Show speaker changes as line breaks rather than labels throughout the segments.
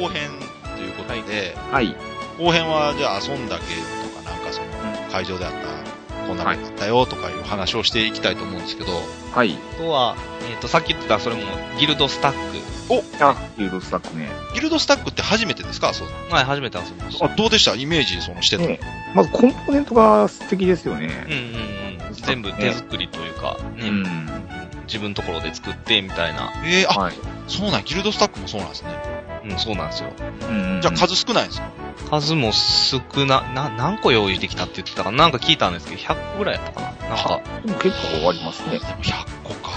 後編ということで、
はい。
後編はじゃあ遊んだゲームとかなんかその会場であった、こんなことあったよとかいう話をしていきたいと思うんですけど、
はい。
あとは、えっ、と、さっき言ってた、それも、ギルドスタック。
あ、ユーロスタックね。
ギルドスタックって初めてですかそう
はい、初めて遊びました。
あどうでしたイメージそのしてた。
ねまずコンポーネントが素敵ですよね
うん。うんうん。全部手作りというか、
う
ね自分のところで作って、みたいな。
えー、あ、
はい。
そうなん、ギルドスタックもそうなんですね。
うん、そうなんですよ。
じゃあ数少ないんですか
数も少な、な、何個用意できたって言ってたかななんか聞いたんですけど、100個ぐらいやったかななんか、
でも結構あります
で
ね
も。100個か。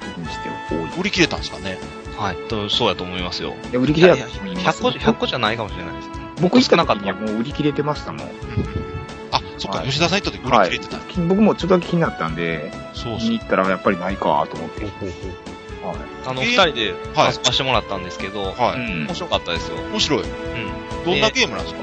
少なくにしては多い。
売り切れたんですかね
はい、とそうやと思いますよ。
いや、売り切
いや
れ
い
だ
や、
と思います
100個じゃ、100個じゃないかもしれないです。
僕行った
なかっ
時に
た
は。もう売り切れてましたもん。
あ、そっか、
はい
吉田さん行った時売り切れてた。
き僕もちょっとだけ気になったんで、
そう
見
そう。
に行ったらやっぱりないかと思って。はい。
あの、
えー
二人で遊
はい
ばしてもらったんですけど、
は
う
い。
ん
面白かったですよ。うん。
面白い。どんなゲームなんですか、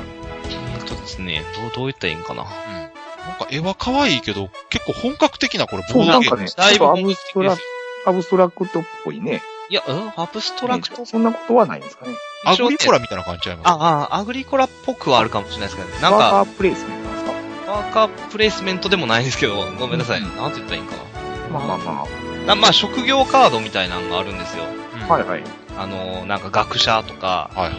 えっとですね、どう、どう言ったらいいんかな。
なんか絵は可愛いけど、結構本格的なこれ、
そう、
ボー
な
ド
ん
ゲー
か
ム
ね、
です
ち
ね。
ょっとア
本
ブ
格
ス
的
ト
で
ラ
す、
アブストラクトっぽいね。
いや、うんアブストラクト。
ねそんなことはないんですかね。
アグリコ
ラ。
ラみたいな感じちゃいます。
ああ、アグリコラっぽくはあるかもしれないですけどね。なん
ワーカ
か、
ープレイスメントなんです
ワーカープレイスメントでもないんですけど、ごめんなさい。
うん
なんて言ったらいいんか
かまあまあま
な。なまあ、職業カードみたいなのがあるんですよ。
うん
あ。はいはい。
あの、なんか学者とか、
はいはい。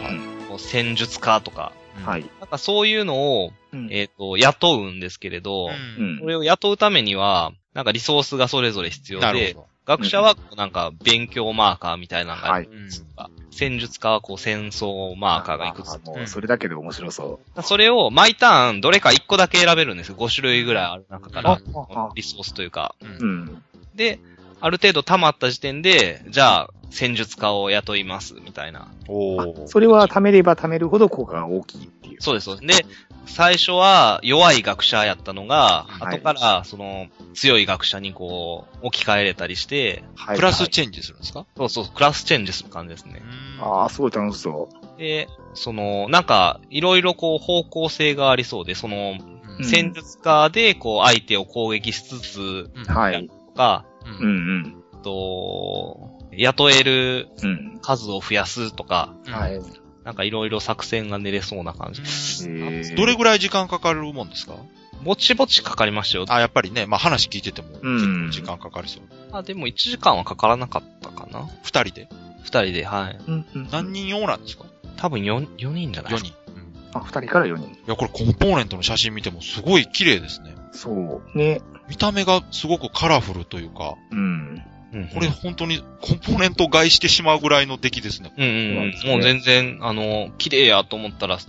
こう戦術家とか。
はい。
なんかそういうのを、
うん
えっ、と、雇うんですけれど、
う
うんん
そ。れを雇うためには、なんかリソースがそれぞれ必要
なる
で、
ほ
学者はこうなんか勉強マーカーみたいなのが
はい
いくつか、戦術家はこう戦争マーカーがいくつ
あ
か。
もうそれだけで面白そ
それを毎ターンどれか1個だけ選べるんですよ。5種類ぐらいある中か
う。あ
ら、、
あ、あ
リソースというか。
ど。
う
うん
ん。
で、ある程度溜まった時点で、じゃあ戦術家を雇います、みたいな。
お
あ
ー
それは貯めれば貯めるほど効果が大きいっていう。
そうです、そうです。で、最初は弱い学者やったのが、
はい
後から、その、強い学者にこう、置き換えれたりして、
はい
プラス
はい
チェンジするんですか
そうそう、クラスチェンジする感じですね。
ああ、すごい楽しそ
で、その、なんか、いろいろこう、方向性がありそうで、その、
うん
せ
戦術家で、こう、相手を攻撃しつつ、
うん
う。は
やる
い。
とか、
う
うんん
と、雇える
うん。うん。
数を増やすとか、
はい。へ
なんかいろいろ作戦が練れそうな感じ。
ー
どれぐらい時間かかるもんですか
ぼちぼちかかりましたよ。
あ、やっぱりね、まあ話聞いてても、結
うん
構時間かかりそう。
あ、でも1時間はかからなかったかな。
二人で。
2人で、はい。
うんうん
何人用なんですか
多分 4, 4人じゃない
四
ですか。
人。うん
あ、二人から四人。
いや、これコンポーネントの写真見てもすごい綺麗ですね。
そう。ね。4
見た目がすごくカラフルというか、
うん。
うん、
これ本当にコンポーネント買いしてしまうぐらいの出来ですね。
うんうんうん。もう全然、あの、綺麗やと思ったら、も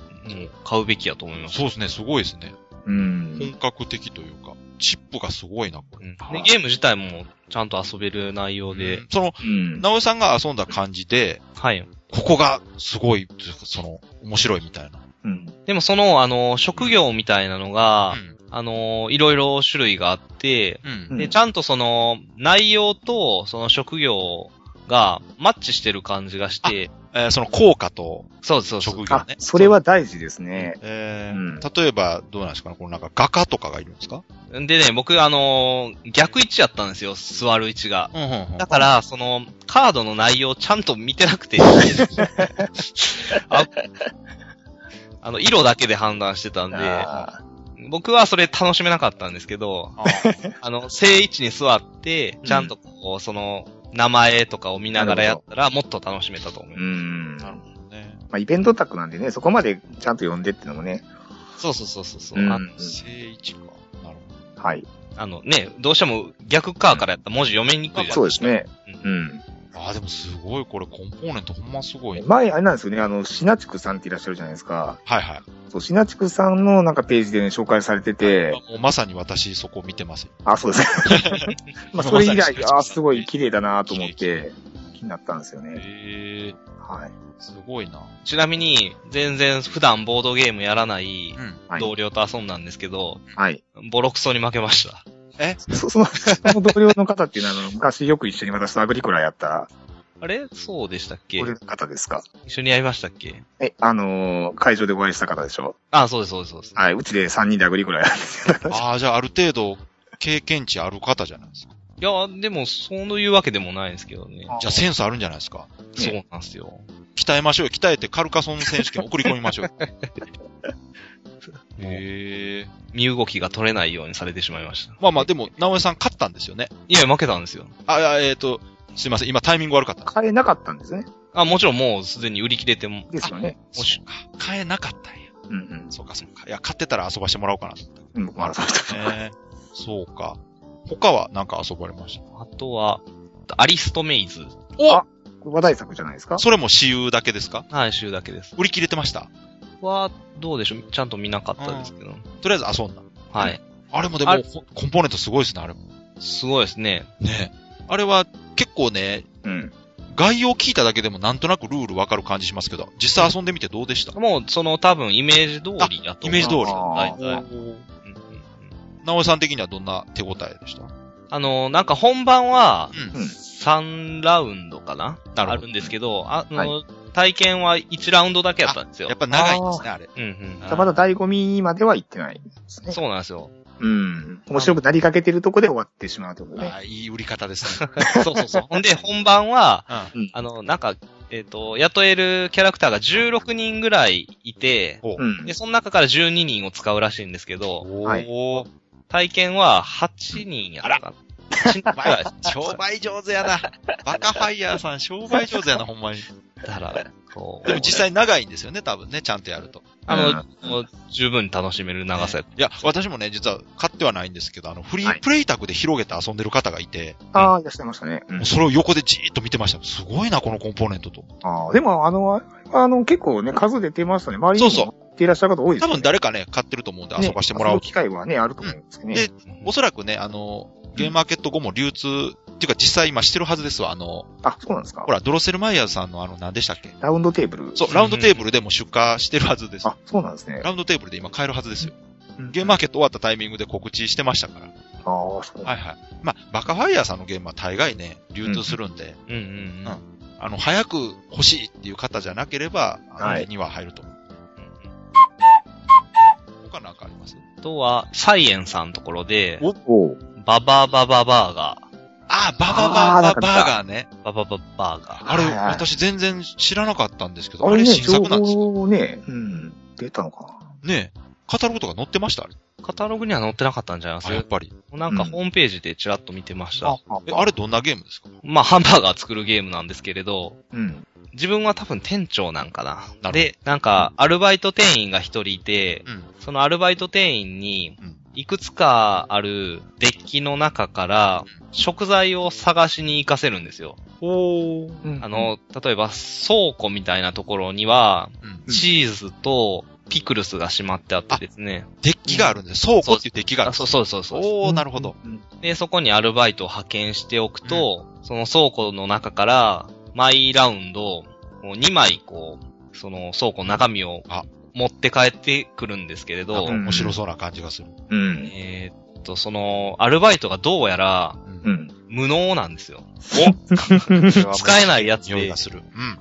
う買うべきやと思います。
そうですね、すごいですね。
うん。
本格的というか、チップがすごいな、こ
う
れ。
んでゲーム自体もちゃんと遊べる内容で、
うんその、
うん。
なおさんが遊んだ感じで、
はい。
ここがすごい、というかその、面白いみたいな。
うん。
でもその、あの、職業みたいなのが、
うん
あの、いろいろ種類があって、
うん
う
で、
ん
ちゃんとその、内容と、その職業がマッチしてる感じがして、
えーその効果と
そうですそうです
職業
あ
ね、。
それは大事ですね。
え
うん
ー、例えば、どうなんですかねこのなんか画家とかがいるんですか
でね、僕、あの、逆位置やったんですよ、座る位置が。
うんうんうん
だから、その、カードの内容をちゃんと見てなくて。 ああの、色だけで判断してたんで、
あ
僕はそれ楽しめなかったんですけど、
あー
あの、正位置に座って、ちゃんとこう、その、名前とかを見ながらやったら、もっと楽しめたと思
ー
う
う。ん。
なる
ま
ほどね。
あ、イベント宅なんでね、そこまでちゃんと読んでってのもね。
そうそうそうそうそうう、
ん
あ。
正位置か。なるほど。
はい。
あのね、どうしても逆カーからやったら文字読めにくいじゃん
そうです。ね。
う
うん。
あー、でもすごい、これコンポーネントほんますごいね。
前、あれなんですよね、あの、シナチクさんっていらっしゃるじゃないですか。
はいはい。
そう、シナチクさんのなんかページでね、紹介されてて、
もうまさに私そこ見てますよ。
あ、そうです。まあ、それ以来、あ、すごい綺麗だなと思っ
綺
て、気になったんですよね。
へえ
はい。
すごいな。
ちなみに、全然普段ボードゲームやらない
うん。
はい。
同僚と遊んだんですけど、
はい。
ボロクソに負けました。
そ その、その同僚の方っていうのは、あの、昔よく一緒に私とアグリコラやった、
あれそうでしたっけ
これの方ですか。
一緒にやりましたっけ
え、あのー会場でお会いした方でしょ
あ、そうです、そうです、そうです。
はい。うちで3人でアグリコラやるんですよ。
ああ、じゃあある程度経験値ある方じゃないですか。
いや、でも、そういうわけでもないですけどね。
あ
じゃあセンスあるんじゃないですか。
そうなんですよ。
鍛えましょうよ。鍛えてカルカソン選手権送り込みましょうよ。 へえ。
身動きが取れないようにされてしまいました。
まあまあ、でも、直江さん勝ったんですよね。
いや、負けたんですよ。
あ、いやえっ、と、すいません。今タイミング悪かった。
買えなかったんですね。
あ、もちろんもうすでに売り切れても。
ですよね。
もしか。買えなかったんや。
うん
そうか、そうか。いや、買ってたら遊ばしてもらおうか なと思っ
うん。僕も改め
たね。そうか。他はなんか遊ばれました
あとは、アリストメイズ。
お
あた。話題作じゃないですか
それも私有だけですか
はい、週だけです。
売り切れてました
は、どうでしょうちゃんと見なかったですけど。
とりあえず遊んだ。
はい。
あれもでも
あれ、
コンポーネントすごいですね、あれも。
すごいですね。
ねあれは結構ね、
うん。
概要聞いただけでもなんとなくルールわかる感じしますけど、実際遊んでみてどうでした
もう、その多分イメージ通りだと
イ
思う。
メージ通り。
大
あ
体。うんうんうん
直江さん的にはどんな手応えでした
あの、なんか本番は、
うん。
ん
3ラウンドかな
なる
あ
ほど
るんですけど、あの、体験は1ラウンドだけやったんですよ
やっ。ぱ長いんですね、あれ。
うんうん
あ。
あまだ醍醐味までは行ってないですね。
そうなんです よ。
うん。面白くなりかけてるとこで終わってしまうとこね。
あーいい売り方です ね。
そうそうそう。ほんで、本番は、
う
あの、なんか、えっ、と、雇えるキャラクターが16人ぐらいいて、
ほう
うん
で、。その中から12人を使うらしいんですけど、
おー、
はい
体験は8人やったかな。8人ぐらい
商売上手やな。バカファイヤーさん、商売上手やな、ほんまに。
だから、こう。
でも実際長いんですよね、多分ね、ちゃんとやると。
あの、
うん
もう十分楽しめる長さやっ
いや、私もね、実は買ってはないんですけど、あの、フリ
は
ー
い
プレイ宅で広げて遊んでる方がいて、
ああ、いらっしゃいましたね。うん
もうそれを横でじーっと見てました。すごいな、このコンポーネントと。
ああ、でも、あの、あの、結構ね、数出てましたね。周りに
そう
も行っていらっしゃる方多いで す
多
よね。
分誰かね、買ってると思うんで
ね
遊ばしてもらおう
遊ぶ。機会はね、あると思うんですけどね。
でおそらくね、あの、ゲームマーケット後も流通、っていうか実際今してるはずですわ。あの、
あ、そうなんですか
ほら、ドロッセルマイヤーさんのあの、何でしたっけ
ラウンドテーブル。
そう、ラウンドテーブルでも出荷してるはずです。
あ、そうなんですね。
ラウンドテーブルで今買えるはずですよ。ゲ
ゲ
ーム
マ
マーケット終わったタイミングで告知してましたから。
ああ、そう。
はいはい。まあ、バカファイヤーさんのゲームは大概ね、流通するんで、
うんうんうん。
あの、早く欲しいっていう方じゃなければ、あの、
はい
手には入ると思う。
うん
他なんかあります
あとは、サイエンさんのところで、
おお
バババババーガ
あ、ババ
あー
バ
な
ババ
んか見
ー
た
ガーね。
ー。ババババーガー。
あれ、
はいはい
私全然知らなかったんですけど、
あ
あれ
れね、
新
情
作なんですよ。
報ね、うん、出たのかな。
ねえ。カタログとか載ってましたあれ。
カタログには載ってなかったんじゃないです
あ、やっぱり。
か。なんか
うん
ホームページでチラッと見てました。
あえ、あれどんなゲームですか
まあ、ハンバーガー作るゲームなんですけれど、
うん。
自分は多分店長なんかな。
ど
で、なんか、アルバイト店員が一人いて、
うん。
そのアルバイト店員に
うん、
いくつかあるデッキの中から、食材を探しに行かせるんですよ。
おー。
うん
あ、の、例えば倉庫みたいなところには、
うん。
うん
チーズとピクルスがしまってあってですね。
デッキがあるんです。倉庫っていうデッキがある
あ
んで
そ
す
う。そうそうそう。
おー、なるほど。
うん。
で、そこにアルバイトを派遣しておくと、その倉庫の中から、毎ラウンド、もう2枚、こう、その倉庫の中身を
あ
持って帰ってくるんですけ
な
れ
ん
ど
か、面白そうな感じがする。
うん。
えーっと、その、アルバイトがどうやら、
うん
うん。
無能なんですよ。
使
使えないやつで
匂いがする。うん。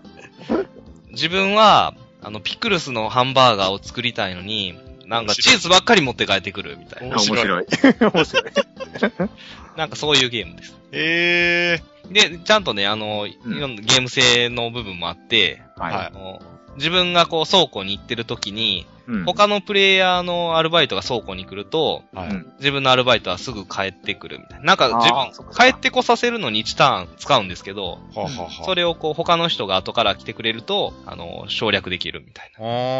自分は、あの、ピクルスのハンバーガーを作りたいのに、なんかチーズばっかり持って帰ってくるみたい
あ
な。
面白い。面白い。
なんかそういうゲームです。
ええ
で、ちゃんとね、あの、い
うん
ろんなゲーム性の部分もあって、
は
は
あの自分がこう倉庫に行ってる時に、
い。うん
他のプレイヤーのアルバイトが倉庫に来ると、
ー。は
う
い。
ん
自分のアルバイトはすぐ帰ってくるみたいな。なんか
あー
自
そっかそ
分
っ、か
帰ってこさせるのに1ターン使うんですけど、
はあはあはあ。
それをこう他の人が後から来てくれると、あの、省略できるみたいな。
あ
うん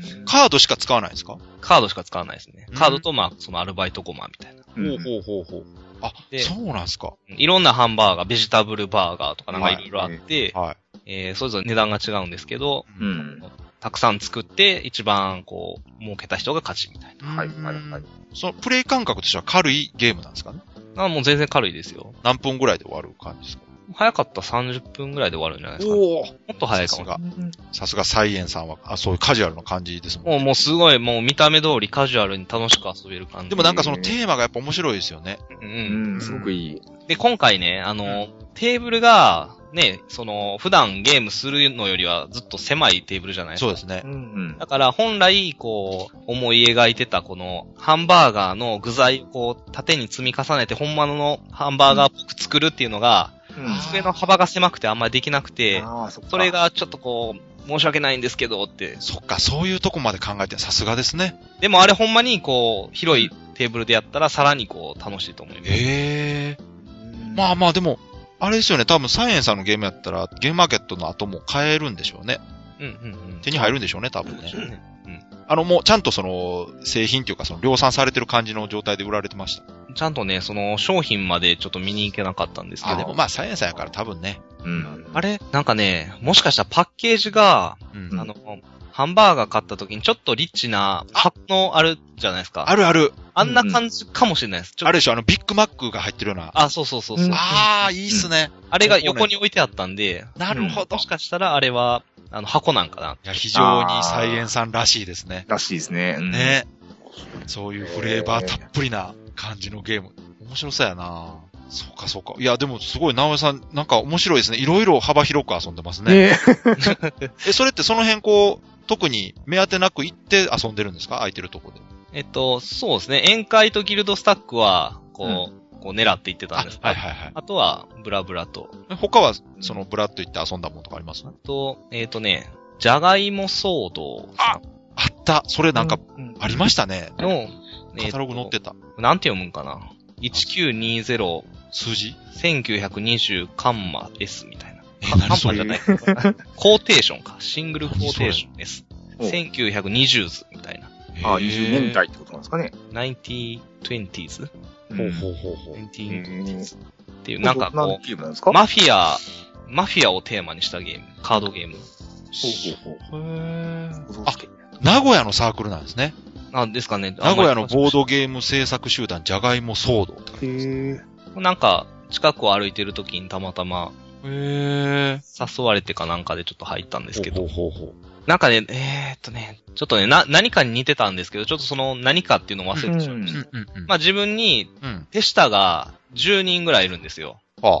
ー。カードしか使わないんですか
カードしか使わないですね
う。ん
カードとまあ、そのアルバイトコマみたいな。
うん
ほうほうほうほう。あ、
で
そうなんですか。
いろんなハンバーガー、ベジタブルバーガーとかなんかいろいろあって、
はい。
えーそれぞれ値段が違うんですけど、
う
うん
ん。
たくさん作って一番こう、儲けた人が勝ちみたい
はい、はい、はい。。
そのプレイ感覚としては軽いゲームなんですかね
な。あもう全然軽いですよ。
何分ぐらいで終わる感じですか
早かったら30分ぐらいで終わるんじゃないですか、ね。
お
もっと早いかも。
ささすがサイエンさんは、あ、そういうカジュアルな感じですも
も
ん
う
ね。
もうすごい、もう見た目通りカジュアルに楽しく遊べる感じ。
でもなんかそのテーマがやっぱ面白いですよね。
う。
うんん、すごくいい。
で、今回ね、あの、テーブルが、ね、その、普段ゲームするのよりはずっと狭いテーブルじゃないです
そ
か。
うですね
う。ん
だから本来、こう、思い描いてたこの、ハンバーガーの具材をこう、縦に積み重ねて、本物のハンバーガーっぽく作るっていうのが、
うん
あ
机の幅が狭くてあんまりできなくて、
ああ、そっか
それ、がちょっとこう、申し訳ないんですけどって。
そっか、そういうとこまで考えてさすがですね。
でもあれほんまにこう、広いテーブルでやったらさらにこう、楽しいと思います。
ええ
うん
まあまあでも、あれですよね、多分サイエンさんのゲームやったら、ゲームマーケットの後も買えるんでしょうね。
うんうんうん。
手に入るんでしょうね、多分ね。
ね。
あの、もうちゃんとその、製品というか、その量産されてる感じの状態で売られてました。
ちゃんとね、その商品までちょっと見に行けなかったんですけ
あ、で
ど
も、まあサイエンさんやから多分ね。
うん。
あれなんかね、もしかしたらパッケージが、
うん。
あの、ハンバーガー買った時にちょっとリッチな箱のあるじゃないですか。
あるある。
あんな感じかもしれないです。ちょっと
あるでしょ、あの、ビッグマックが入ってるような。
あ、そうそうそうそう、
うん
あー、いいっすね。
あれが横に置いてあったんで、
なるほど。
も
い
しかしたらあれは、あの、箱なんかな。
や、非常にサイエンさんらしいですね。
らしいですね。うん。
ね。そういうフレーバーたっぷりな感じのゲーム。面白そうやなそうかそうか。いや、でもすごい、直江さん、なんか面白いですね。いろいろ幅広く遊んでますね。
ね
え、それってその辺こう、特に目当てなく行って遊んでるんですか空いてるとこで。
えっと、そうですね。宴会とギルドスタックは、こう、こう狙っていってたんですけど
はいはいはい。
あとは、ブラブラと。
え他は、その、ブラッと行って遊んだものとかあります
と、えっ、とね、じゃがいも騒動
あったそれなんか、
うん
ありましたね。
の、え
カタログ載っ
ー
てた。
となんて読むんかな ?1920、
数字
1920カンマ S みたいな。
え
カンマ
何
じ
そ
ゃ
れ
ない。コーテーションか。シングルコーテーション S。
お
1920ズみたいな。
ああ、20年。代ってことなんですかね。
1920s?1920s
へーほうほうほうほう。
っていう、
う
なんかこ
何キューブなんです
う、
か
マフィア、マフィアをテーマにしたゲーム、カードゲーム。
ほうほう
へー
ほう。
あ、名古屋のサークルなんですね。
なんですかね。
名古屋のボー
ド。
ドゲーム制作集団、じゃがいも騒動って書いてます。
へー
なんか、近くを歩いてる時にたまたま
へ
誘われてかなんかでちょっと入ったんですけ
ほ
ど、
うほうほうほう
なんかね、えー、っとね、ちょっとね、な、何かに似てたんですけど、ちょっとその何かっていうのを忘れてしまいました。
うんうんうん。
まあ自分に
うん。
手下が10人ぐらいいるんですよ。
あ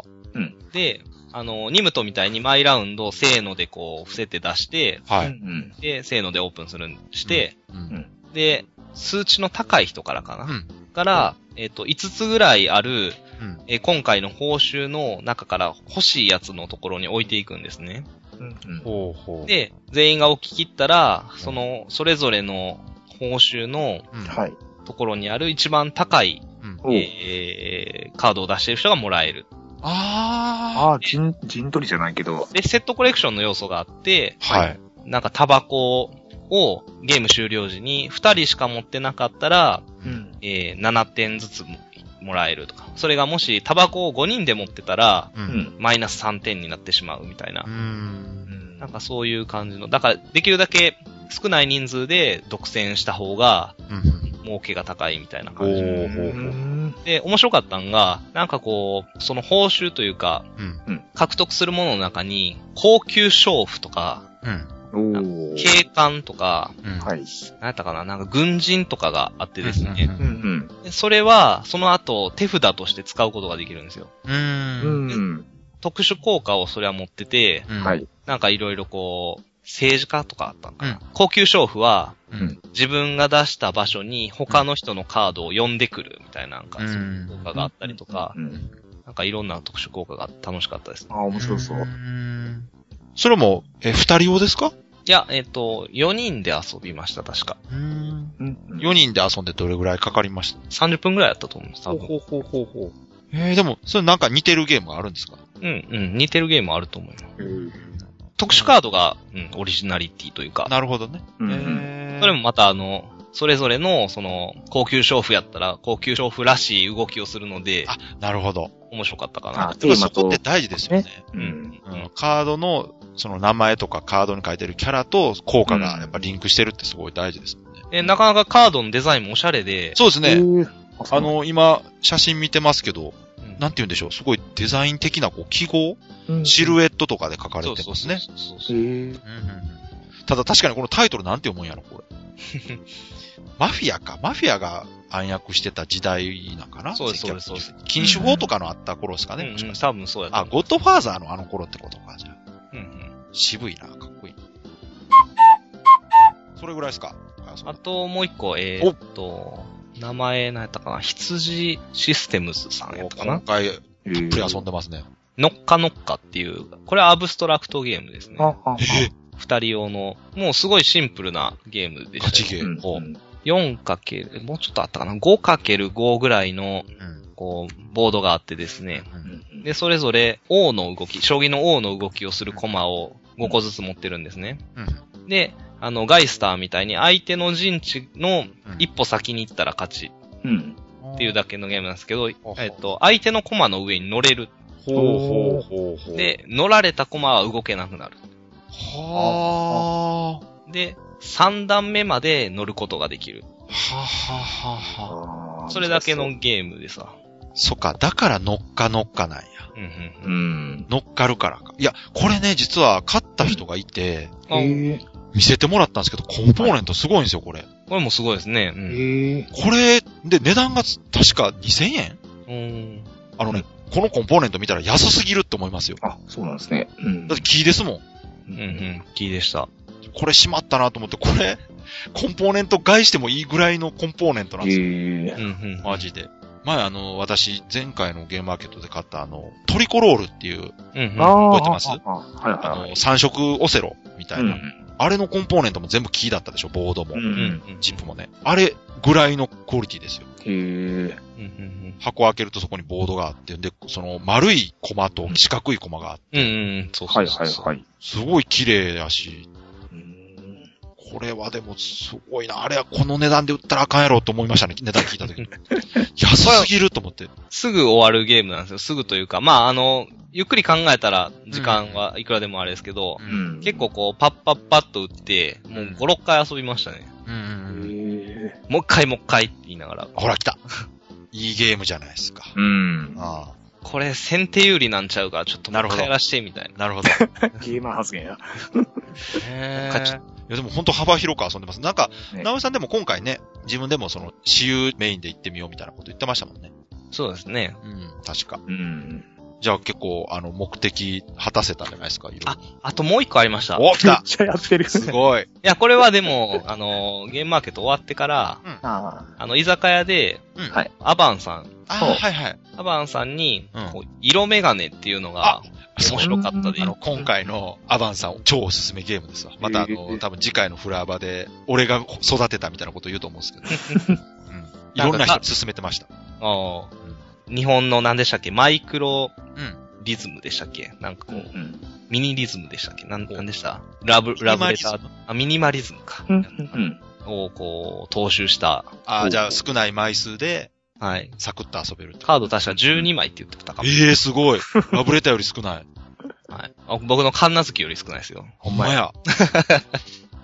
で、あの、ニムトみたいにマイラウンドをせーのでこう伏せて出して、
は
う
い。
ん。
で、せーのでオープンするんして、
うん。
で、数値の高い人からかな。
うん
から、えっ、と、5つぐらいある、
うん
えー今回の報酬の中から欲しいやつのところに置いていくんですね。
うんうん
ほうほう。
で、全員が置き切ったら、その、それぞれの報酬の
うん、い。
はい。
ところにある一番高い、
うん、
おう
えーカードを出してる人がもらえる。
あ
ああ、陣、陣取りじゃないけど。
で、セットコレクションの要素があって、
ー。はい。
なんかタバコをゲーム終了時に2人しか持ってなかったら、
うん。
えー7点ずつももらえるとか。それがもしタバコを5人で持ってたら、
う。
うんん。
マイナス3点になってしまうみたいな
う。ん。
なんかそういう感じの。だから、できるだけ少ない人数で独占した方が、
うん。
儲けが高いみたいな
ほう
感
ほ
じ。
うほ
う
う。
ん
で、面白かったんが、なんかこう、その報酬というか、
うん。
獲得するものの中に、高級娼婦とか、
うん。
おー
警官とか、
うん。い。
はい。
何やったかな、なんか軍人とかがあってで
う。
すね。
うんん
でそれは、その後、手札として使うことができるんですよ。
う。
うんん。うん。
特殊効果をそれは持ってて、
うん。
は。い。
なんかいろいろこう、政治家とかあったんかな。
うん
高級娼婦は、
うん。
自分が出した場所に他の人のカードを呼んでくるみたいな、なんか、
うん
そういう効果があったりとか
う、ん。
なんかいろんな特殊効果があって楽しかったですね。
ああ、面白そう。。
それも、え、二人用ですか
いや、えっ、と、4人で遊びました、確か。
うん。
うん。
4人で遊んでどれぐらいかかりました
30分くらいだったと思うんです、多分。
うほうほうほう。えー、でも、それなんか似てるゲームがあるんですか
うん、うん、似てるゲームあると思います。
うん。
特殊カードが、うん、オリジナリティというか、
なるほどね。
うん。
えー
それも、またあの、それぞれの、その、高級娼婦やったら、高級娼婦らしい動きをするので、
あ、なるほど。
面白かったかな。
あ、
で
テ
も
ーマ
そことって、大事ですよね。
う。
うんん。
うん、カードの、その名前とかカードに書いてるキャラと効果がやっぱリンクしてるってすごい大事ですもんね。
で、なかなかカードのデザインもおしゃれで、
そうです
え
ね。
ー
あ、の、今、写真見てますけど、
うん
なんて言うんでしょう。すごいデザイン的なこう記号
うん
シルエットとかで書かれ
そう
て
そう
ます
そう
ね。
そうそう
へ
う
ー
んうんうんただ確かにこのタイトルなんて読むんやろ、これ。 マフィアか。マフィアが暗躍してた時代なんかな
そうですそうですそうです。
禁酒法とかのあった頃ですかね、もし
うんう
か
ん
したら。
多分そうやと
あ、
思う
ゴッドファーザーのあの頃ってことか、じゃあ。
うんうん。
渋いな、かっこいい。それぐらいですか
あともう一個、えー、っと、名前何やったかな羊システムズさんやったか
今
な
回、たっ
へー
ぷり遊んでますね。
ノッカノッカっていう、これはアブストラクトゲームですね。
あ、あ、
二人用の、もうすごいシンプルなゲームで
勝ち
した
ゲ
よ。
ーム。ほう。
4かける、もうちょっとあったかな ?5×5 ぐらいの、
うん
こう、ボードがあってですね。
うん
で、それぞれ、王の動き、将棋の王の動きをする駒を5個ずつ持ってるんですね。
うん
で、あの、ガイスターみたいに相手の陣地の一歩先に行ったら勝ち
うん。
っていうだけのゲームなんですけど、え
ほう
っと、相手の駒の上に乗れる。
ほうほうほうほう。、
で、乗られた駒は動けなくなる。
はあ。
で、3段目まで乗ることができる。
はははは
あー
それだけ。のゲームでさ。
そっか、だから乗っか乗っかなんや。
うんうん
う。ん。
乗っかるからか。いや、これね、実は勝った人がいて、
あ
え
見せてもらったんですけど、コンポーネントすごいんですよ、これ。
これもすごいですね。う
え
ん。
ええ
これ、で、値段が確か2000円
うん
あのね、このコンポーネント見たら安すぎるって思いますよ。
あ、そうなんですね。うん
だって木ですもん。
う。
うんん。キーでした。
これしまったなと思って、これ、コンポーネント外してもいいぐらいのコンポーネントなんですよ。
ええ
うんうん。
マジで。前あの、私、前回のゲームマーケットで買ったあの、トリコロールっていう、
うんうん。
あー
覚えてます
ああはい
あ
は
の、三色オセロみた
い。
いうな、
ん。
あれのコンポーネントも全部木だったでしょ、ボードも、
う
うん
ん。
うん。
チップもね。あれぐらいのクオリティですよ。
ええ
うんうん
箱開けるとそこにボードがあって、で、その丸いコマと四角いコマがあって、
うん。うんうん。そう
は
そ
いう
そ
は
う
い
そう。
はい。
すごい綺麗やし、
うん
これはでもすごいな。あれはこの値段で売ったらあかんやろと思いましたね。値段聞いた時に。安すぎると思って。
すぐ終わるゲームなんですよ。すぐというか、まあ、あの、ゆっくり考えたら時間はいくらでもあれですけど、
うん
結構こう、パッパッパッと打って、もう5、6回遊びましたね。
うんうんうん
ええ
もう一回もう一回って言いながら。
ほら来た。いいゲームじゃないですか。
うん。
あ
これ先手有利なんちゃうから、ちょっとも
な
う
る
一
ほど
回やらして、みたい
あ。なるほど。い
ゲーマー発言や。
な。
勝ちやでも本当幅広く遊んでます。なんか、
ね
直江さんでも今回ね、自分でもその、私有メインで行ってみようみたいなこと言ってましたもんね。
そうですね。
うん、確か。
うん。
じゃあ結構、あの、目的果たせたんじゃないですか、いろいろ
ああともう一個ありました。い
お、来
めったちゃやってる。
すごい。
や、これはでも、 あの、ゲームマーケット終わってから、
あ
あの、居酒屋で、
うん。
はい
アバンさん、
あ
そう
ー、はいはい。
アバンさんに
うん、
こう色眼鏡っていうのが、面白かったで
あ。の、今回のアバンさん、超おすすめゲームですわ。また、あの、多分次回のフラーバで、俺が育てたみたいなこと言うと思うんですけど。 うん。いろんな人に勧めてました。
あー日本の何でしたっけマイクロ
うん。
リズムでしたっけなんか
あ。う
こう、
ん。
ミニリズムでしたっけなんなんでしたラブ、ラブレター
ミニマリズム
あ、ミニマリズムか。
うん。
をこう、踏襲した。
ああ、じゃあ少ない枚数で、
はい。
サクッと遊べると。
カード確か12枚って言ってたかも。
ええすごい。ラブレターより少ない。
はいあ僕のカンナズキより少ないですよ。
ほんまや。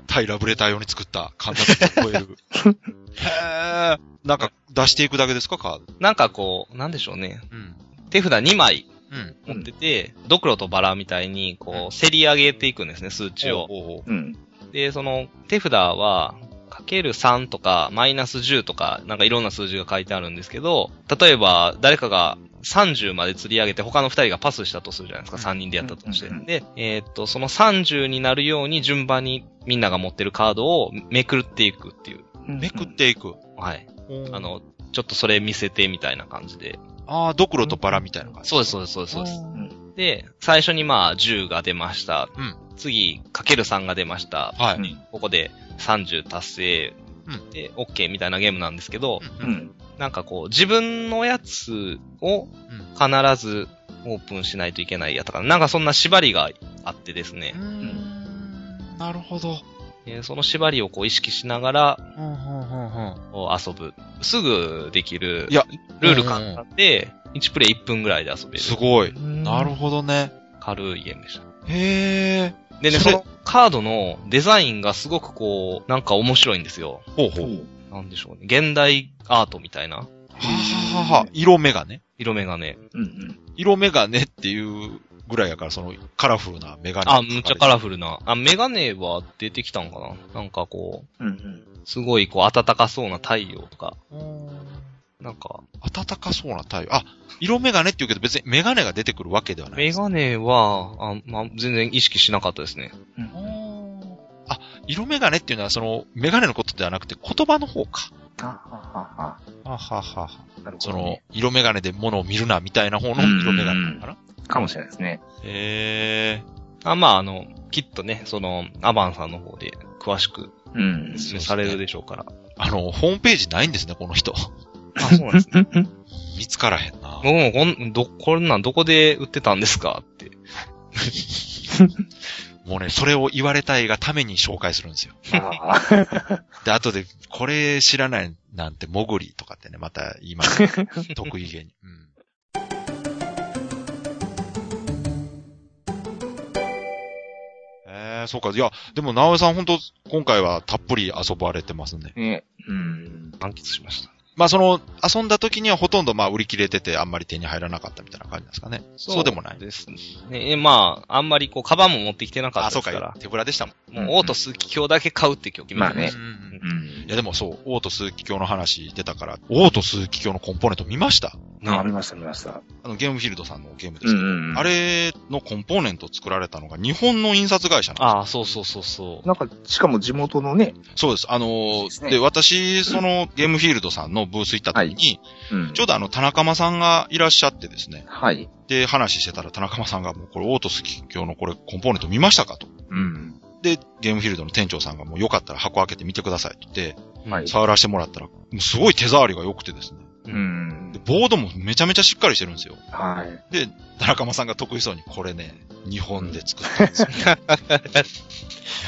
対ラブレター用に作った、簡単に超える。 へえ。なんか、出していくだけですか、カード。
なんかこう、なんでしょうね。
うん。
手札2枚
うん。
持ってて、ドクロとバラみたいに、こう、競り上げていくんですね、数値
一応
を。。
おうおう
うん。
で、その、手札は、かける3とか、マイナス10とか、なんかいろんな数字が書いてあるんですけど、例えば、誰かが30まで釣り上げて、他の2人がパスしたとするじゃないですか、
うん
3人でやったとして
うんうんう。ん
で、えーっと、その30になるように順番にみんなが持ってるカードをめくっていくっていう。
めくっていく。
はい。あ
あの、
の、ちょっとそれ見せてみたいな感じで。
ああ、ドクロとバラみたいな感じ。
そうです、そうです、そうです、そうです。
ん
で、最初にまあ10が出ました。
うん
次、かける3が出ました。
はい。
うん
ここで30達成。
うん
で、OK みたいなゲームなんですけど、
う
うんん。
なんかこう、自分のやつを
うん
必ずオープンしないといけないやったかな。なんかそんな縛りがあってですね。
ん。なるほど。
えーその縛りをこう意識しながら
うん、うん、うん、うん。
こう遊ぶ。すぐできる。
いや、
ルール簡単で、1プレイ1分ぐらいで遊べる。
すごい。な
な
るほどね。
軽いゲームでした。
へえ。
でね、
そ
そ
れ
のカードのデザインがすごくこう、なんか面白いんですよ。
ほうほう。
なんでしょうね。現代アートみたいな
はははは。色眼鏡
色眼鏡。
うん。
色眼鏡っていうぐらいやから、そのカラフルな眼鏡。
あ、むっちゃカラフルな。あ、眼鏡は出てきたんかななんかこ
うん。うん。
う、すごいこう、暖かそうな太陽とか、
フル。
なんか、
暖かそうな太陽。あ、色眼鏡って言うけど別に眼鏡が出てくるわけではない
眼
です。
鏡は、あまあ、全然意識しなかったですね。
あ、色眼鏡っていうのはその眼鏡のことではなくて言葉の方か。
あは
は
は
ははは。
は。なるほ
そ
ど
の
ね。、
色眼鏡で物を見るなみたいな方の色眼鏡なのかな
かもしれないですね。
え
あまあ、あの、きっとね、その、アバンさんの方で詳しく
うん
そうですね
されるでしょうから。
えあの、ホームページないんですね、この人。
あ、そうなんですね。
見つからへんな。
僕もこん、ど、こんなんどこで売ってたんですかって。
もうね、それを言われたいがために紹介するんですよ。
ああ
で、後で、これ知らないなんて、もぐりとかってね、また言いますね。 得意げに。うん。えー、そうか。いや、でも、直江さん、本当今回はたっぷり遊ばれてますね。
ね。うん。
満喫しました。
まあ、その、遊んだ時にはほとんど、まあ、売り切れてて、あんまり手に入らなかったみたいな感じなんですかね。そうでもない。
ですね。えまあ、あんまりこう、カバンも持ってきてなかった
あ、
で
そう
すか。。
から手ぶらでしたもん。
もう、オートスキ鏡だけ買うって今日決めて
まあね
うんうんうん
うん
いやでもそう、オート鈴木教の話出たから、オート鈴木教のコンポーネント見ました
あ、見ました、見ました。
あのゲームフィールドさんのゲームで
う
す
ん
けど、
うんうん。
あれのコンポーネント作られたのが日本の印刷会社なんで
ああ、そうそうそうそう。
なんか、しかも地元のね、
す。そうです。あのー
そうですね
で、私、そのゲームフィールドさんのブース行った時に、
うん
ちょうどあの、田中間さんがいらっしゃってですね、
はい。
で、話してたら田中間さんがもうこれオート鈴木教のこれコンポーネント見ましたかと。
うん。
で、ゲームフィールドの店長さんがもうよかったら箱開けてみてくださいって言って、
はい
触らせてもらったら、もうすごい手触りが良くてですね。
うん
で。ボードもめちゃめちゃしっかりしてるんですよ。
はい。
で、田中間さんが得意そうに、これね、日本で作ったんですよ。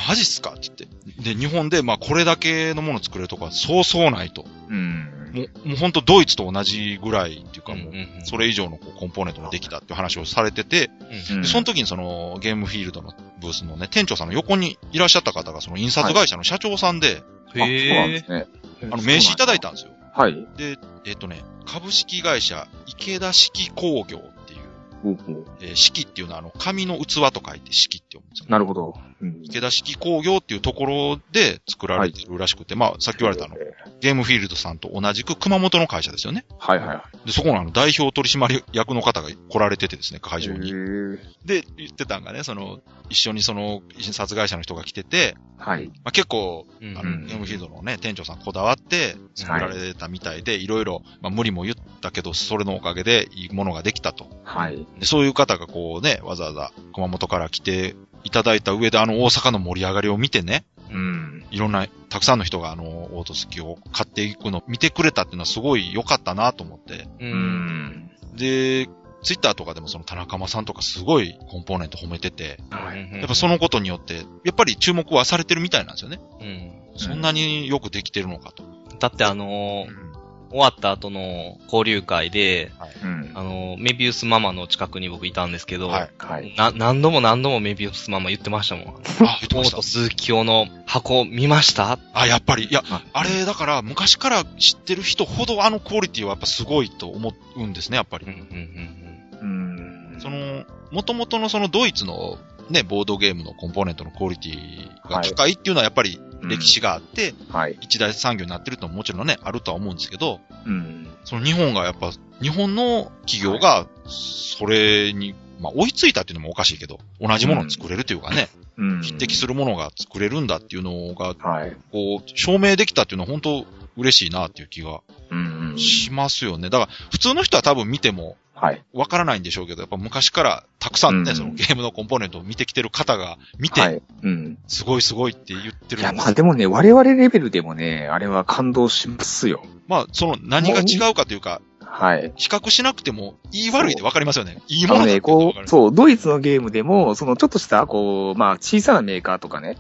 マジっすかって言って。で、日本で、まあ、これだけのもの作れるとか、そうそうないと。
うん。
もう、もうほんとドイツと同じぐらいっていうか、
うん
もう
う、んうん
それ以上のこうコンポーネントができたっていう話をされてて、
うん
でその時にその、ゲームフィールドのブースのね、店長さんの横にいらっしゃった方が、その印刷会社の社長さんで、
あそうなん
へ
で
え。
すね。
あの、名刺いただいたんですよ。
はい。
で、えっとね、株式会社、池田式工業っていう、
ほうほう
えー四季っていうのは、あの、紙の器と書いて四季って読むんですよ。
なるほど。うん
池田式工業っていうところで作られてるらしくて、まあ、さっき言われたあの、ゲームフィールドさんと同じく熊本の会社ですよね。
はいはいはい。
で、そこのあの、代表取締役の方が来られててですね、会場に。
へえ
で、言ってたんがね、その、一緒にその、印刷会社の人が来てて、
はい。
まあ、結構、
うん
あ
う
の、
ん
ゲームフィールドのね、店長さんこだわって作られたみたいで、いろいろ、まあ、無理も言ったけど、それのおかげでいいものができたと。
はい。
で、そういう方がこうね、わざわざ熊本から来ていただいた上で、あの大阪の盛り上がりを見てね、
うん。
いろんな、たくさんの人があの、オートスキーを買っていくのを見てくれたっていうのはすごい良かったなと思って。
う。
うんん。
で、ツイッターとかでもその田中間さんとかすごいコンポーネント褒めてて、
はい。
やっぱそのことによって、やっぱり注目はされてるみたいなんですよね。
うん
そんなによくできてるのかと。
だってあのー終わった後の交流会で、
うん
あ。のーメビウスママの近くに僕いたんですけど、
はい
はい。
な、何度も何度もメビウスママ言ってましたもん。
あ、言って
オ
まし
ー
た
ト。鈴木用の箱見ました
あ、やっぱり。いや
あ、
あれ、だから、昔から知ってる人ほどあのクオリティはやっぱすごいと思うんですね、やっぱり
うん。うん
うん。
その、元々のそのドイツのね、ボードゲームのコンポーネントのクオリティが高いっていうのはやっぱり歴史があって、
はい。
一大産業になってるとももちろんね、あるとは思うんですけど、
うん。
その日本がやっぱ、日本の企業が、それに、まあ追いついたっていうのもおかしいけど、同じものを作れるというかね、
うん。
匹敵す
る。
るものが作れるんだっていうのが、
はい。
こう、証明できたっていうのは本当嬉しいなっていう気が
うん。
しますよね。だから、普通の人は多分見ても、
はい。
わからないんでしょうけど、やっぱ昔からたくさんね、
うん
そのゲームのコンポーネントを見てきてる方が見て、
はい。うん。
すごいすごいって言って
い
る
や、
んで
ますあでもね、我々レベルでもね、あれは感動しますよ。
まあ、その何が違うかというか、
はい。
比較しなくても、言い悪いでわかりますよね。いい
あ
も
の
のだって
ね、
ことが
こ
わか
う、
る。
そう、ドイツのゲームでも、そのちょっとした、こう、まあ小さなメーカーとかね、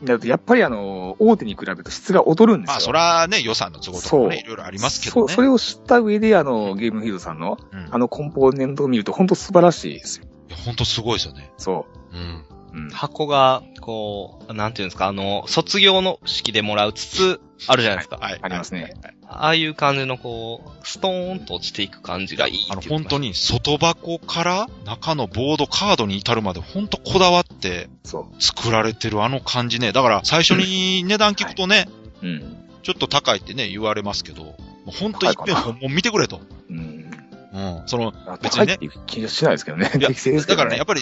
うん。
だとやっぱりあの、大手に比べると質が劣るんですよ。
まあ、そらね、予算の都合とかもね、
そう
いろいろありますけど
そ
ね。
それを知った上で、あの、ゲームフィールドさんの、
うん。い
あの、コンポーネントを見ると、本当素晴らしいですよ。
や、ほんとすごいですよね。
そ
うん。
う。うん
うん。箱が、こう、なんていうんですか、あの、卒業の式でもらう筒、あるじゃないですか。
はい。
ありますね
はい。
ああいう感じの、こう、ストーンと落ちていく感じがいいって
あ
言
の、
って
本
ました
当に、外箱から中のボード、カードに至るまで、ほんとこだわって
そ
作られてるあの感じね。だから、最初に値段聞くとね、
う。うん。
ちょっと高いってね、言われますけど、もうほんと一
高い
遍
かな
もう見てくれと。
うん。
うん。その、別
高
に
い
ね
っていう気がしないですけどね。
い や
適正ですけ
だ
ど
からね、やっぱり、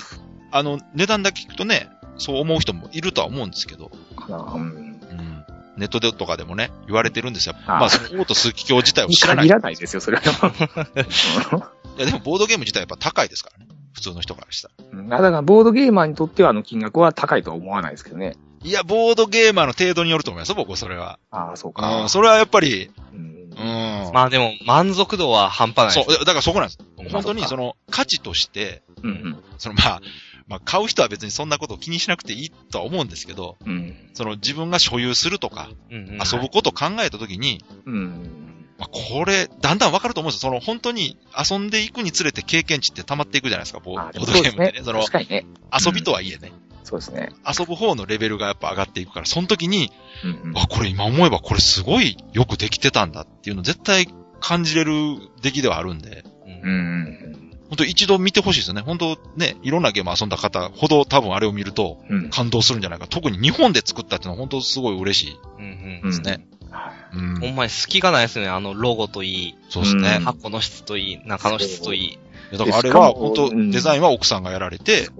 あの、値段だけ聞くとね、そう思う人もいるとは思うんですけど、
かなうん。
うん。ネットでとかでもね、言われてるんですよ。
ああ
まあ、その、オート数奇教自体を知らない。
限
い
らないですよ、それは。
や、でも、ボードゲーム自体やっぱ高いですからね。普通の人からしたら。
うんあだから、ボードゲーマーにとってはあの金額は高いとは思わないですけどね。
いや、ボードゲーマーの程度によると思います、僕はそれは。
ああ、そう
う
か
ん、。それはやっぱり、
うん
うん。ま
まあでも、満足度は半端ない
そ
です。
う、だからそこなんです。
うん
本当にその価値として、
うん。
そのまあ、まあ買う人は別にそんなことを気にしなくていいとは思うんですけど、
うん。
その自分が所有するとか、
うんうん
遊ぶことを考えたときに、
うん。
まあこれ、だんだんわかると思うんですよ。その本当に遊んでいくにつれて経験値って溜まっていくじゃないですか、ボ
ああ、
ー
で
ボード
もそう
ゲー
です
ムっ
ね
て。ね。その
確かにね。
遊びとはいえね、
そうですね。
遊ぶ方のレベルがやっぱ上がっていくから、その時に、
うんうん。
あ、これ今思えばこれすごいよくできてたんだっていうの絶対感じれる出来ではあるんで、
うんうん
本当一度見てほしいですよね。本当ね、いろんなゲーム遊んだ方ほど多分あれを見ると
うん。うん。
感動するんじゃないか。特に日本で作ったっていうのは本当すごい嬉しい
うん
う
うんん
ですね。
はい
うん。
ほんまに隙がないですね。あのロゴといい、
そうですね
うん。
箱の質といい、中の質といい。
だからあれは
しかも
本当
うん
デザインは奥さんがやられて、
そ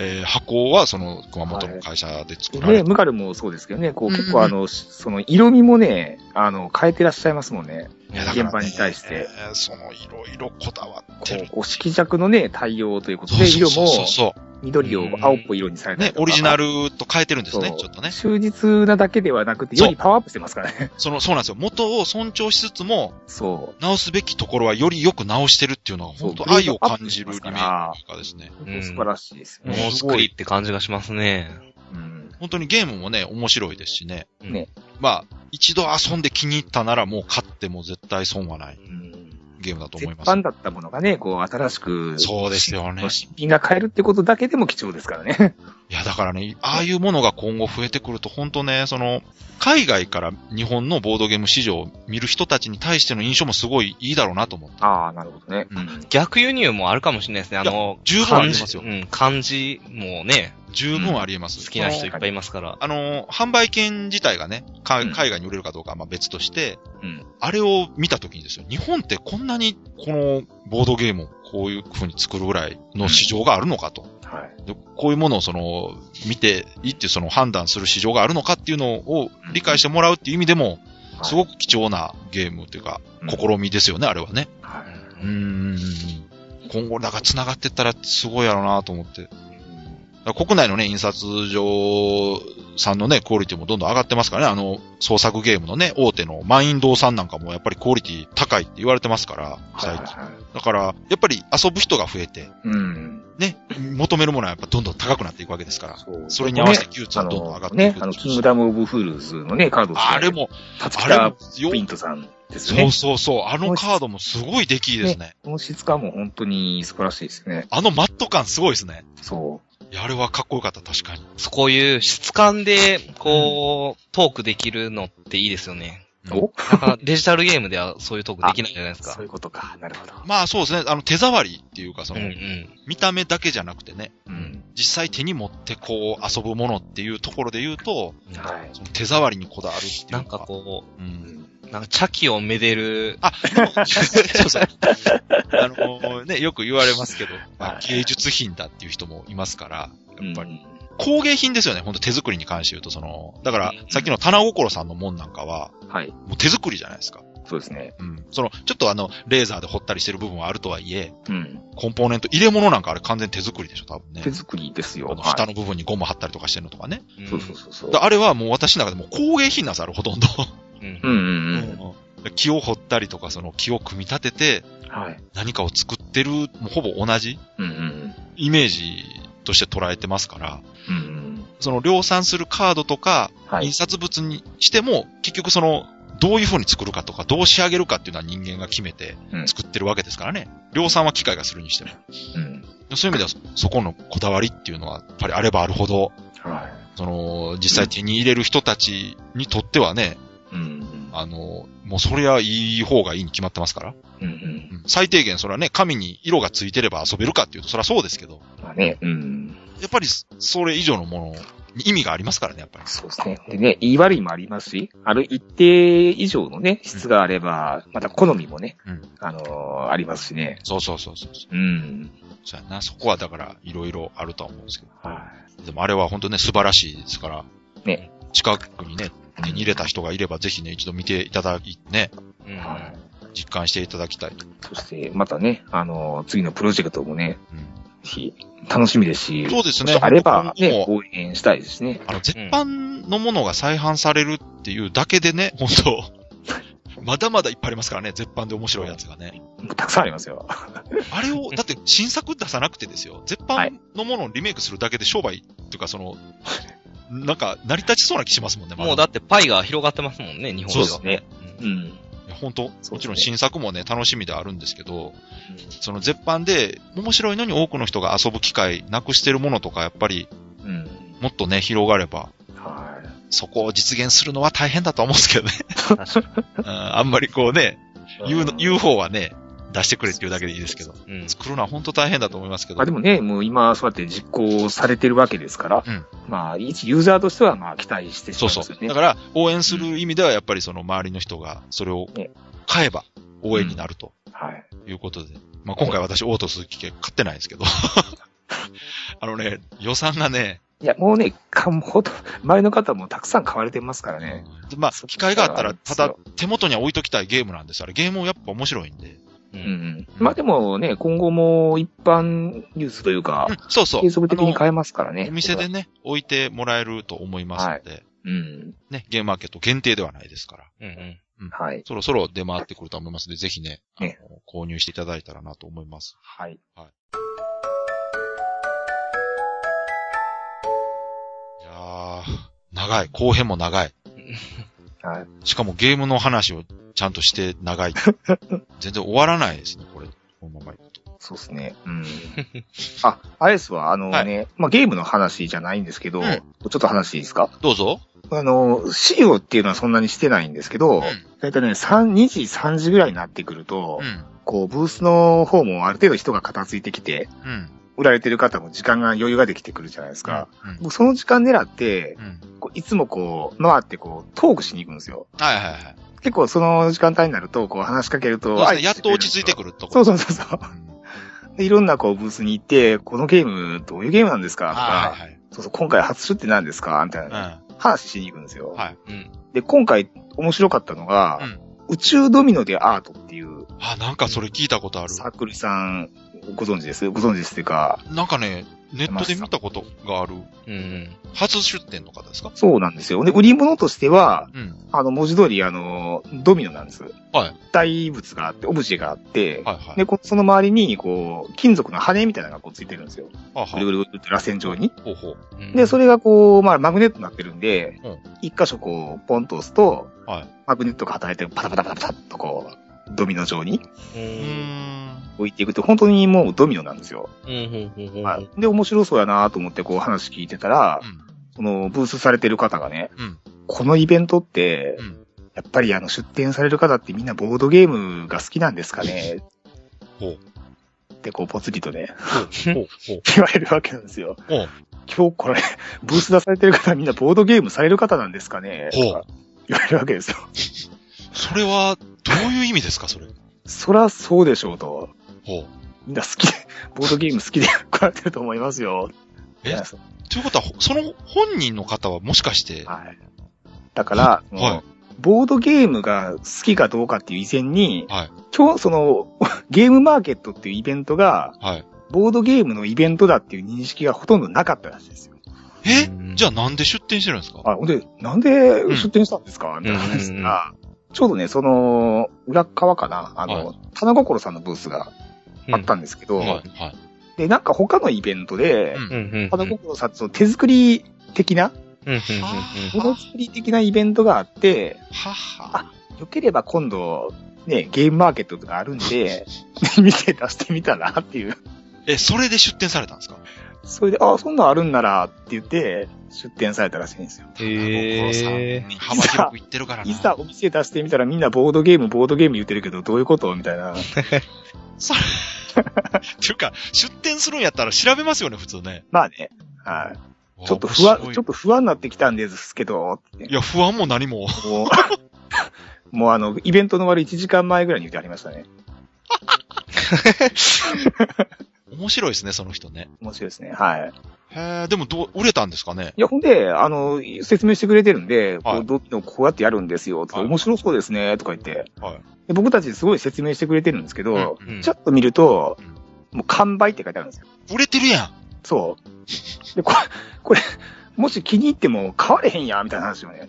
えー箱はその熊本の会社で作
う。
られ
ね、
て、
ムカルもそうですけどね、こう
うんうん
結構あの、その色味もね、あの、変えてらっしゃいますもんね。
いやだからね
現場に対して
えーそのいろいろこだわって
こう
る。
こう色弱のね、対応ということ
そう
で、
そう
色
そう
も
そうそう。
緑を青っぽい色にされたり
ね
と、か。
オリジナ
ル
ルと変えてるんですね、ちょっとね。
忠実なだけではなくて、
そう
よりパワーアップしてますからね。
その、そうなんですよ。元を尊重しつつも、
そ
直すべきところはよりよく直してるっていうのは、
そう
本当愛を感じるリメイ
グ
ク
レードアッ
がですね。
う。
うん
素晴らしいです
も
よ
の
ね。
づくりって感じがしますね。
うん。
本当にゲームもね、面白いですしね。
うん
ね
まあ、一度遊んで気に入ったならもう買っても絶対損はない
うん
ゲームだと思
絶
います。
版だったものがね、こう、新しく、
そうですよね。
新品が買えるってことだけでも貴重ですからね。
いや、だからね、ああいうものが今後増えてくると、本当ね、その、海外から日本のボードゲーム市場を見る人たちに対しての印象もすごいいいだろうなと思って。
ああ、なるほどね。
うん。
逆輸入もあるかもしれないですね。あの、
十分ありますよ
漢字うん、漢字もね、
十分ありえます。
好きな人いっぱいいますから。
あの、販売券自体がね、か
うん
海外に売れるかどうかはまあ別として、
うん
あれを見たときにですよ、日本ってこんなにこのボードゲームをこういう風に作るぐらいの市場があるのかと。
はい。
でこういうものをその、見ていいっていうその判断する市場があるのかっていうのを理解してもらうっていう意味でも、
はい
すごく貴重なゲームというか、
うん
試みですよね、あれはね。
はい
う
うんん。今後、なんか繋がってったらすごいやろうなと思って。だから国内のね、印刷所さんのね、クオリティもどんどん上がってますからね、あの、創作ゲームのね、大手のマインドーさんなんかもやっぱりクオリティ高いって言われてますから、
はい
最近。
はい。
だから、やっぱり遊ぶ人が増えて、
うん。
ね、求めるものはやっぱどんどん高くなっていくわけですから、
そう
それに合わせて技術
あ
はどんどん上がっ
の、
てい
ね、
く
あ
で
の、
し
キ
ょう
ン
し
グダム・オブ・フールズのね、カードを作
あ
られ
れ
た
も、
立
あれ
北
もよ
プリントさんです
そ
ね
う。そうそう、あのカードもすごい出来いいですね。
この質感も本当に素晴らしいですね。
あのマット感すごいですね。
そ
いや、あれはかっこよかった、確かに。
そうこういう質感で、こう、トークできるのっていいですよね。
う。お
なかなかデジタルゲームではそういうトークできないじゃないです
そ
か
うい。うことか。なるほど。
まあそうですね、あの手触りっていうか、そ
うんう
の、
ん。
見た目だけじゃなくてね、
うん。
実際手に持ってこう遊ぶものっていうところで言うと、
はい。
その手触りにこだわるっていう
なん
か
かこ
う。
うん ん
う、なんか茶器をめでる、
あ、でもそうそう。あのね、よく言われますけど、まあ
はい
芸術品だっていう人もいますから、やっぱり
り。
工芸品ですよね、ほんと手作りに関して言うと、その、だから
う、ん
さっきの棚心さんのもんなんかは、
はい。
もう手作りじゃないですか。
そうですね。
うん。その、ちょっとあの、レーザーで彫ったりしてる部分はあるとはいえ、
うん。
コンポーネント、入れ物なんかあれ完全手作りでしょ、多分ね
手。作りですよ。
あの
は
蓋の部分にゴム貼ったりとかしてるのとかね。
うん
い。そうそうそうそう
だ。あれはもう私の中でもう工芸品なんです、あれほとんど。
うん
うんうん
うん 木を掘ったりとか、その木を組み立てて
うん。はい。
何かを作ってる、もうほぼ同じ
うんうん
イメージとして捉えてますから、
うん。うんうん。
その量産するカードとか、
は
印
い。
刷物にしても、結局その、どういう風に作るかとか、どう仕上げるかっていうのは人間が決めて
うん
作ってるわけですからね。量産は機械がするにしても。
うん。
そういう意味では、そこのこだわりっていうのは、やっぱりあればあるほど、
は
その、実際手に入れる人たちにとってはね、
い。うん
あの、もうそりゃいい方がいいに決まってますから。
うん。うんうん。
最低限それはね、紙に色がついてれば遊べるかっていうと、それはそうですけど、
まあね。うん。
やっぱりそれ以上のものに意味がありますからね、やっぱり。
そうですね。でね、言い悪いもありますし、ある一定以上のね、質があれば、また好みもね、
うん
あのーありますしね。
そうそうそうそう。
うん。
そうやな、そこはだからいろいろあるとは思うんですけ
は
ど。でもあれは本当ね、素晴らしいですから。
ね。
近くにね、手に入れた人がいれば、ぜひね、一度見ていただき、ね、
うん
い。はい。
実感していただきたい。
そして、またね、あのー次のプロジェクトもね、
うん。
ひ楽しみですし、
そうですね。
あれば、ね、
もう
応援したいですね。
あの、絶版のものが再販されるっていうだけで ね、本当まだまだいっぱいありますからね、絶版で面白いやつがね。
たくさんありますよ。
あれを、だって新作出さなくてですよ。絶
は
版
い
のものをリメイクするだけで商売っていうか、 その、なんか、成り立ちそうな気しますもんね、ま
もうだってパイが広がってますもんね、日本では。
そう
ですね
うん。
うん。
いや本当、
すね
もちろん新作もね、楽しみではあるんですけど、その絶版で面白いのに多くの人が遊ぶ機会なくしてるものとか、やっぱり
うん。
もっとね、広がれば、
はい。
そこを実現するのは大変だとは思うんですけどね。
確か
うんあんまりこうね、言うの、言う
う。
方はね、出してくれっていうだけでいいですけど。
に。うん。
作るのは本当大変だと思いますけど。
まあでもね、もう今、そうやって実行されてるわけですから、
うん
まあ、一ユーザーとしては、まあ、期待してし
そう
まい
そ
ますよ
う。
ね。
だから、応援する意味ではやっぱりその周りの人がそれを
ね
買えば応援になると
はい。
いうことで。まあ今回私、オート鈴木系買ってないんですけど。あのね、予算がね、
いや、もうね、かんほと、前の方もたくさん買われてますからね。
まあ、機会があったら、ただ
そ、
手元には置いときたいゲームなんです。あれ、ゲームもやっぱ面白いんで。
う
う。
んん。まあでもね、今後も一般ユースというか
うん、そうそう。
継続的に
あの
買えますからね。
お店でね、置いてもらえると思いますので、
うん。
ね、ゲームマーケット限定ではないですから。
うん。
はい。
そろそろ出回ってくると思いますので、ぜひね、あの
ね
購入していただいたらなと思います。
はい。
いやー、長い。後編も長い。
はい。
しかもゲームの話をちゃんとして 長い。全然終わらないですね、これ。このままいくと。
そうですね。うん。 あ、アイスは、あのね、まあゲームの話じゃないんですけど、
うん
ちょっと話いいですか
どうぞ。
あの、資料っていうのはそんなにしてないんですけど、だいたいね、3、2時、3時ぐらいになってくると、
うん。
こう、ブースの方もある程度人が片付いてきて、
うん。
売られてる方も時間が余裕ができてくるじゃないですか。
うん。
もうその時間狙って、
うん。
こういつもこう、回ってこう、トークしに行くんですよ。
はいはいはい。
結構その時間帯になると、こう話しかける
そ
と、
うです
あ
ねやっと落ち着いてくるとこ。
そうそうそうそう。
うん
でいろんなこうブースに行って、このゲームどういうゲームなんですかと
は
か
い、はい
そうそう、今回初出って何ですかみたいな、
はい。
話しに行くんですよ。
はい
うん。
で、今回面白かったのが、
うん
宇宙ドミノでアートっていう
うん。あ、なんかそれ聞いたことある。
サークルさんご存知ですご存知ですっていうか、
なんかね、ネットで見たことがある。
うん。
初出店の方ですか
そうなんですよ。で、売り物としては、
うん。
あの、文字通り、あの、ドミノなんです。
はい。
大物があって、オブジェがあって、
はいはい。
で、こその周りに、こう、金属の羽みたいなのがこうついてるんですよ。
はあ
ぐるぐ
は
るぐるって螺旋状に。
あ、ほうほう。
うん。
で、それがこう、まあ、マグネットになってるんで
うん、
一、箇所こう、ポンと押すと、
はい
マグネットが働いて、パタパタパタパタっとこう、ドミノ状に
う
うー
ん。
ん。
置いていくと、本当にもうドミノなんですよ。
うん。ほうほうほうほう。
はい。で、面白そうやなと思ってこう話聞いてたら、その、ブースされてる方がね、
うん。うん。
このイベントって、
うん
やっぱりあの、出展される方ってみんなボードゲームが好きなんですかね
ほう
ってこう、ぽつりとね、
ほうほう。
言われるわけなんですよ。
ほう
今日これ、ブース出されてる方みんなボードゲームされる方なんですかね
ほう
とか言われるわけですよ。
それは、どういう意味ですか、それ。
そらそうでしょうと。
ほう。
みんな好きで、ボードゲーム好きで来られてると思いますよ。
え
いや
ということは、ほその本人の方はもしかして、
はい。だから、その
はい
ボードゲームが好きかどうかっていう以前に、
はい
今日その、 ゲームマーケットっていうイベントが、
はい。
ボードゲームのイベントだっていう認識がほとんどなかったらしいですよ。
え
うん
じゃあなんで出店してるんですか
あ、ほんで、なんで出店したんですか、みたいな話したら、ちょうどね、その、裏側かな、あの、
は
棚心さんのブースがあったんですけど、
はい。はい。
で、なんか他のイベントで、
うん
うん。うん。うん。
花心さんの手作り的な、
うん。うん。
もの作り的なイベントがあって、
はは。
よければ今度、ね、ゲームマーケットとかあるん で、 見て出してみたらっていう。
え、それで出店されたんですか
それで、あ、そんなんあるんならって言って、出展されたらしいんですよ。
心さん
へ
に幅広く言ってるから
いざ
な。
お店出してみたらみんなボードゲーム、ボードゲーム言ってるけど、どういうことみたいな。
それ、っていうか、出店するんやったら調べますよね、普通ね。
まあね。はい。
わ
ちょっと不安
面、白い
ちょっと不安になってきたんですけど、って
いや、不安も何も。
もう、 もうあの、イベントの終わる1時間前ぐらいに言ってありましたね。
面白いですね、その人ね。
面白いですね。はい。
へえ、でもどう、売れたんですかね
いや、ほんで、あの、説明してくれてるんで、
はい
こうドミノこうやってやるんですよ、とか
はい
面白そうですね、とか言って、
はい
で僕たちすごい説明してくれてるんですけど、
うん
うん
ちょっと見ると
うん、
もう完売って書いてあるんですよ。
売れてるやん。
そう。で、こ れ、これ、もし気に入っても買われへんやん、みたいな話よね。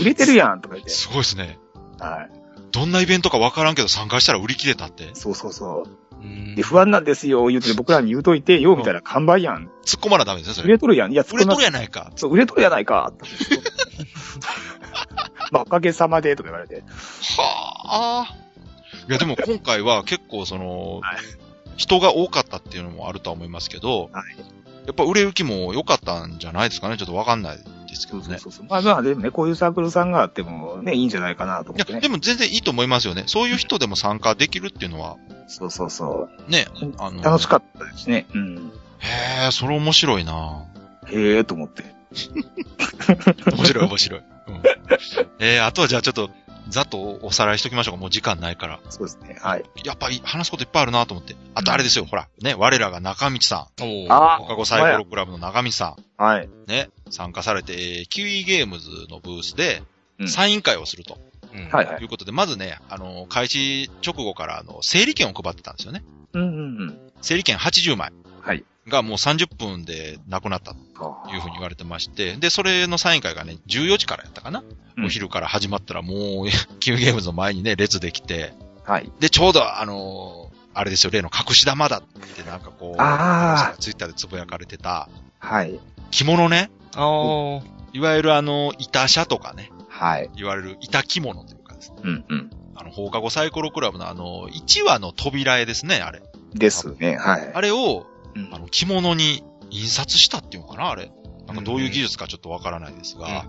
売れてるやん、とか言って。
すごいですね。
はい。
どんなイベントかわからんけど参加したら売り切れたって。
そうそうそう。
うん
で、不安なんですよ、言うて僕らに言うといて、よう見たら完売やん。
突っ込まなダメですね、そ
売
れ。
れとるやん。いや、そ
売れ
んな
とるやないか。
そう、売れとるやな いか。まあ、おかげさまで、とか言われて。
はあ。いや、でも今回は結構その
はい、
人が多かったっていうのもあるとは思いますけど、
はい。
やっぱ売れ行きも良かったんじゃないですかね。ちょっとわかんないですけど
そうそう
ね。
そうそう。まあ、まあ、でもね、こういうサークルさんがあってもね、いいんじゃないかなと
い
思
や、
ってね
で。も全然いいと思いますよね。そういう人でも参加できるっていうのは、
そうそうそ
ね
うん、
あの、
う。楽しかったですね。うん。
へえ、それ面白いな
へえ、と思って。
面 白い面白い。うん、えー、あとはじゃあちょっと、ざっとおさらいしときましょうか。もう時間ないから。
そうですね。はい。
やっぱり話すこといっぱいあるなと思って。あとあれですよ、ほら。ね、我らが中道さん。
おー
あ
放課後サイコロクラブの中道さ
はい。
ん。ね、参加されて、えーキウイゲームズのブースで
う、ん
サイン会をすると。
うん
はいはい
い。うことで、まずね、あの、開始直後から、あの、整理券を配ってたんですよね。
うんうんうん。
整理券80枚
はい。
がもう30分でなくなったというふうに言われてまして、で、それのサイン会がね、14時からやったかな。
うん
お昼から始まったらもう、 キウイゲームズの前にね、列できて、
はい。
で、ちょうど、あのーあれですよ、例の隠し玉だってなんかこう、
あ
ツイッターでつぶやかれてた、
はい。
着物ね、
あー
いわゆるあの、板車とかね、
はい。
いわゆる板着物というかですね、
うんうん。
あの、放課後サイコロクラブのあの、1話の扉絵ですね、あれ。
ですね。はい。
あれを、
うん
あの、着物に印刷したっていうのかな、あれ。なんかどういう技術かちょっとわからないですが、
はい。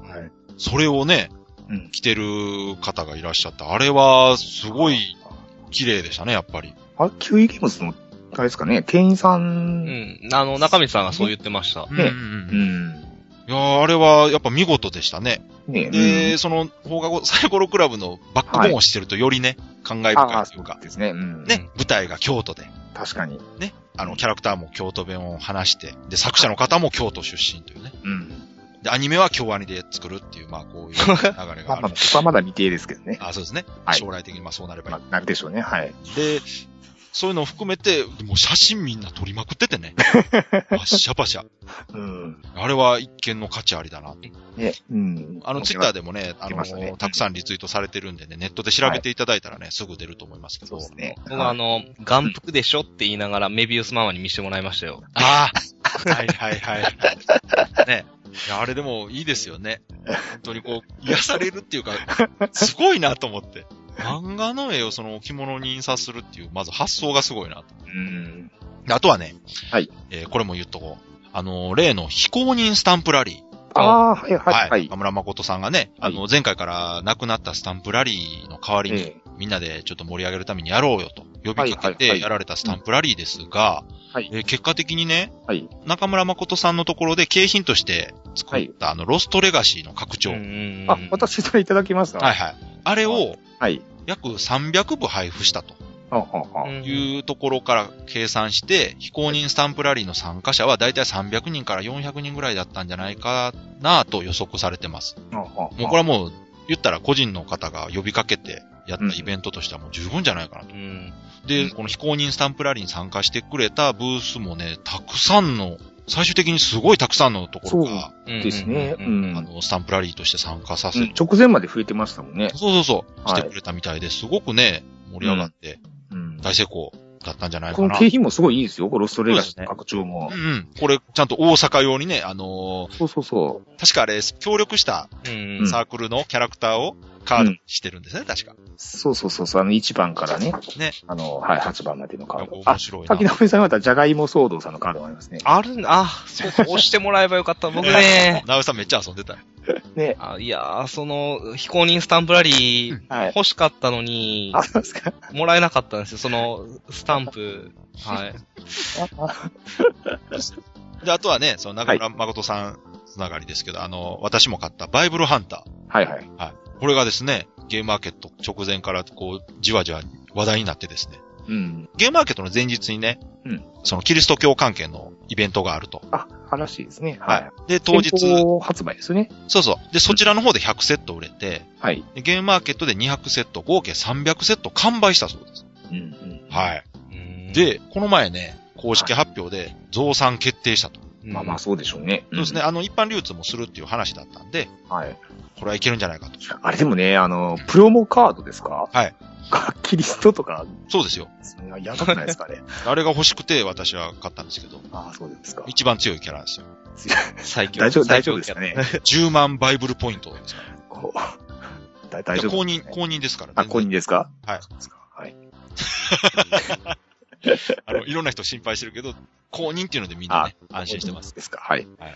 それをね、
うん。
着てる方がいらっしゃって、あれは、すごい、綺麗でしたね、やっぱり。
あ、キウイゲームズの、あれですかね、店員さ。
うんん。あの、中道さんがそう言ってました。
ね
うんうんうん
うん。
いやーあれはやっぱ見事でしたね。
ね
で、その放課後サイコロクラブのバックボーンをしてるとよりね、感慨
あ
深
あ、
いと
そ
いう
う
か
か。、ですね。うん。
ね、舞台が京都で、
確かに。
ね、あの、キャラクターも京都弁を話して、で、作者の方も京都出身というね。
うん。
で、アニメは京アニで作るっていう、まあ、こういう流れ
ま
が
あ
あ
まあ、
る
こ。こはまだ未定ですけどね。
あ、そうですね。
はい
将来的にまあそうなればい
まあ、なるでしょうね。はい。
い。で、そういうのを含めて、もう写真みんな撮りまくってて ね。バッシャバシャ。
うん。
あれは一見の価値ありだな。
ね、うん。
あの、ツイッター
で。
でもね、あ
出
の
ましたね、
たくさんリツイートされてるんでね、ネットで調べていただいたらね、すぐ出ると思いますけど
そうで。すね。
僕はあの、眼福でしょって言いながらメビウスママに見せてもらいましたよ。
ああはいはいはい。 ね。いや、あれでもいいですよね。本当にこう、癒されるっていうか、すごいなと思って。漫画の絵をその置物に印刷するっていう、まず発想がすごいなと。
うん。
であとはね、
はい。
えーこれも言っとこう。あの、例の非公認スタンプラリー。
ああ、はいはいはい
中。村誠さんがね、あ
は
の、前回から亡くなったスタンプラリーの代わりに、
ええ
みんなでちょっと盛り上げるためにやろうよと呼びかけ
はいはいは
て
い
やられたスタンプラリーですが、
はい
えー結果的にね、
はい。
中村誠さんのところで景品として作ったあの、ロストレガシーの拡張。
う
は
んう
い
んうん
あ、私それいただきました。。
はいい。あれを
はい。
約300部配布したと
あ、あ、
う
あ。
ん
いうところから計算して、非公認スタンプラリーの参加者はだいたい300人から400人ぐらいだったんじゃないかなと予測されてます。
あ、あ。
もうこれはもう、言ったら個人の方が呼びかけてやったイベントとしてはもう十分じゃないかなと。
うん。
で、この非公認スタンプラリーに参加してくれたブースもね、たくさんの、最終的にすごいたくさんのところが、
うん
ですね。う
うんうん
あ
ん。
の、スタンプラリーとして参加させ、
直前まで増えてましたもんね。
そうそうそう、
は
し
い
てくれたみたいですごくね、盛り上がって
うん。
大成功だったんじゃない
こ
か
の
な。
景品もすごいいいですよ。ロストレガシーの拡張も
うんう。ん。これ、ちゃんと大阪用にね、あのー
そうそうそう。
確かあれ、協力した
うんうん。
サークルのキャラクターをカードにしてるんですね、確か。
そうそうそうそう。あの、1番からね。
ね。
あの、はい、8番までのカード。あ
面、白いな
滝。上さんまた、ジャガイモ騒動さんのカードがありますね。
あるんあ、そうそう、押してもらえばよかった。僕ね、
なおさんめっちゃ遊んでたよ。
ね。
あいやー、その、非公認スタンプラリー
はい。
欲しかったのに
あ、、そうですか。
もらえなかったんですよ、その、スタンプ。はい。
で、あとはね、その中村誠さんつながりですけど、あの、私も買ったバイブルハンタ
はいはい。
ー。これがですね、ゲームマーケット直前からこう、じわじわ話題になってですね。
うん。
ゲームマーケットの前日にね、
うん
そのキリスト教関係のイベントがあると。
あ、話ですね。
は
はいい。。
で、当日、
先行発売ですね。
そうそう。で、そちらの方で100セット売れて、
はい。
でゲームマーケットで200セット、合計300セット完売したそうです。
うん。
はい。
うん、
で、この前ね、公式発表で増産決定したと。
まあまあ、そうでしょうね。
そうですね。あの、一般流通もするっていう話だったんで、
うん。はい。
これはいけるんじゃないかと。
あれでもね、あの、プロモカードですか
はい。
がキリストとか、
そうですよ。
やばくないですか ね。
あれが欲しくて私は買ったんですけど、
ああ、そうですか。
一番強いキャラですよ。
最強。
大丈夫、大
最
丈
強
夫ですかね。
10万バイブルポイントですから。
こうだ大丈夫
公
です
認、
かね
公認ですからね。
あ、公認ですか
はい
そうですかはい。
あの、いろんな人心配してるけど、公認っていうのでみんなね、安心してます。。
ですかはい。
はい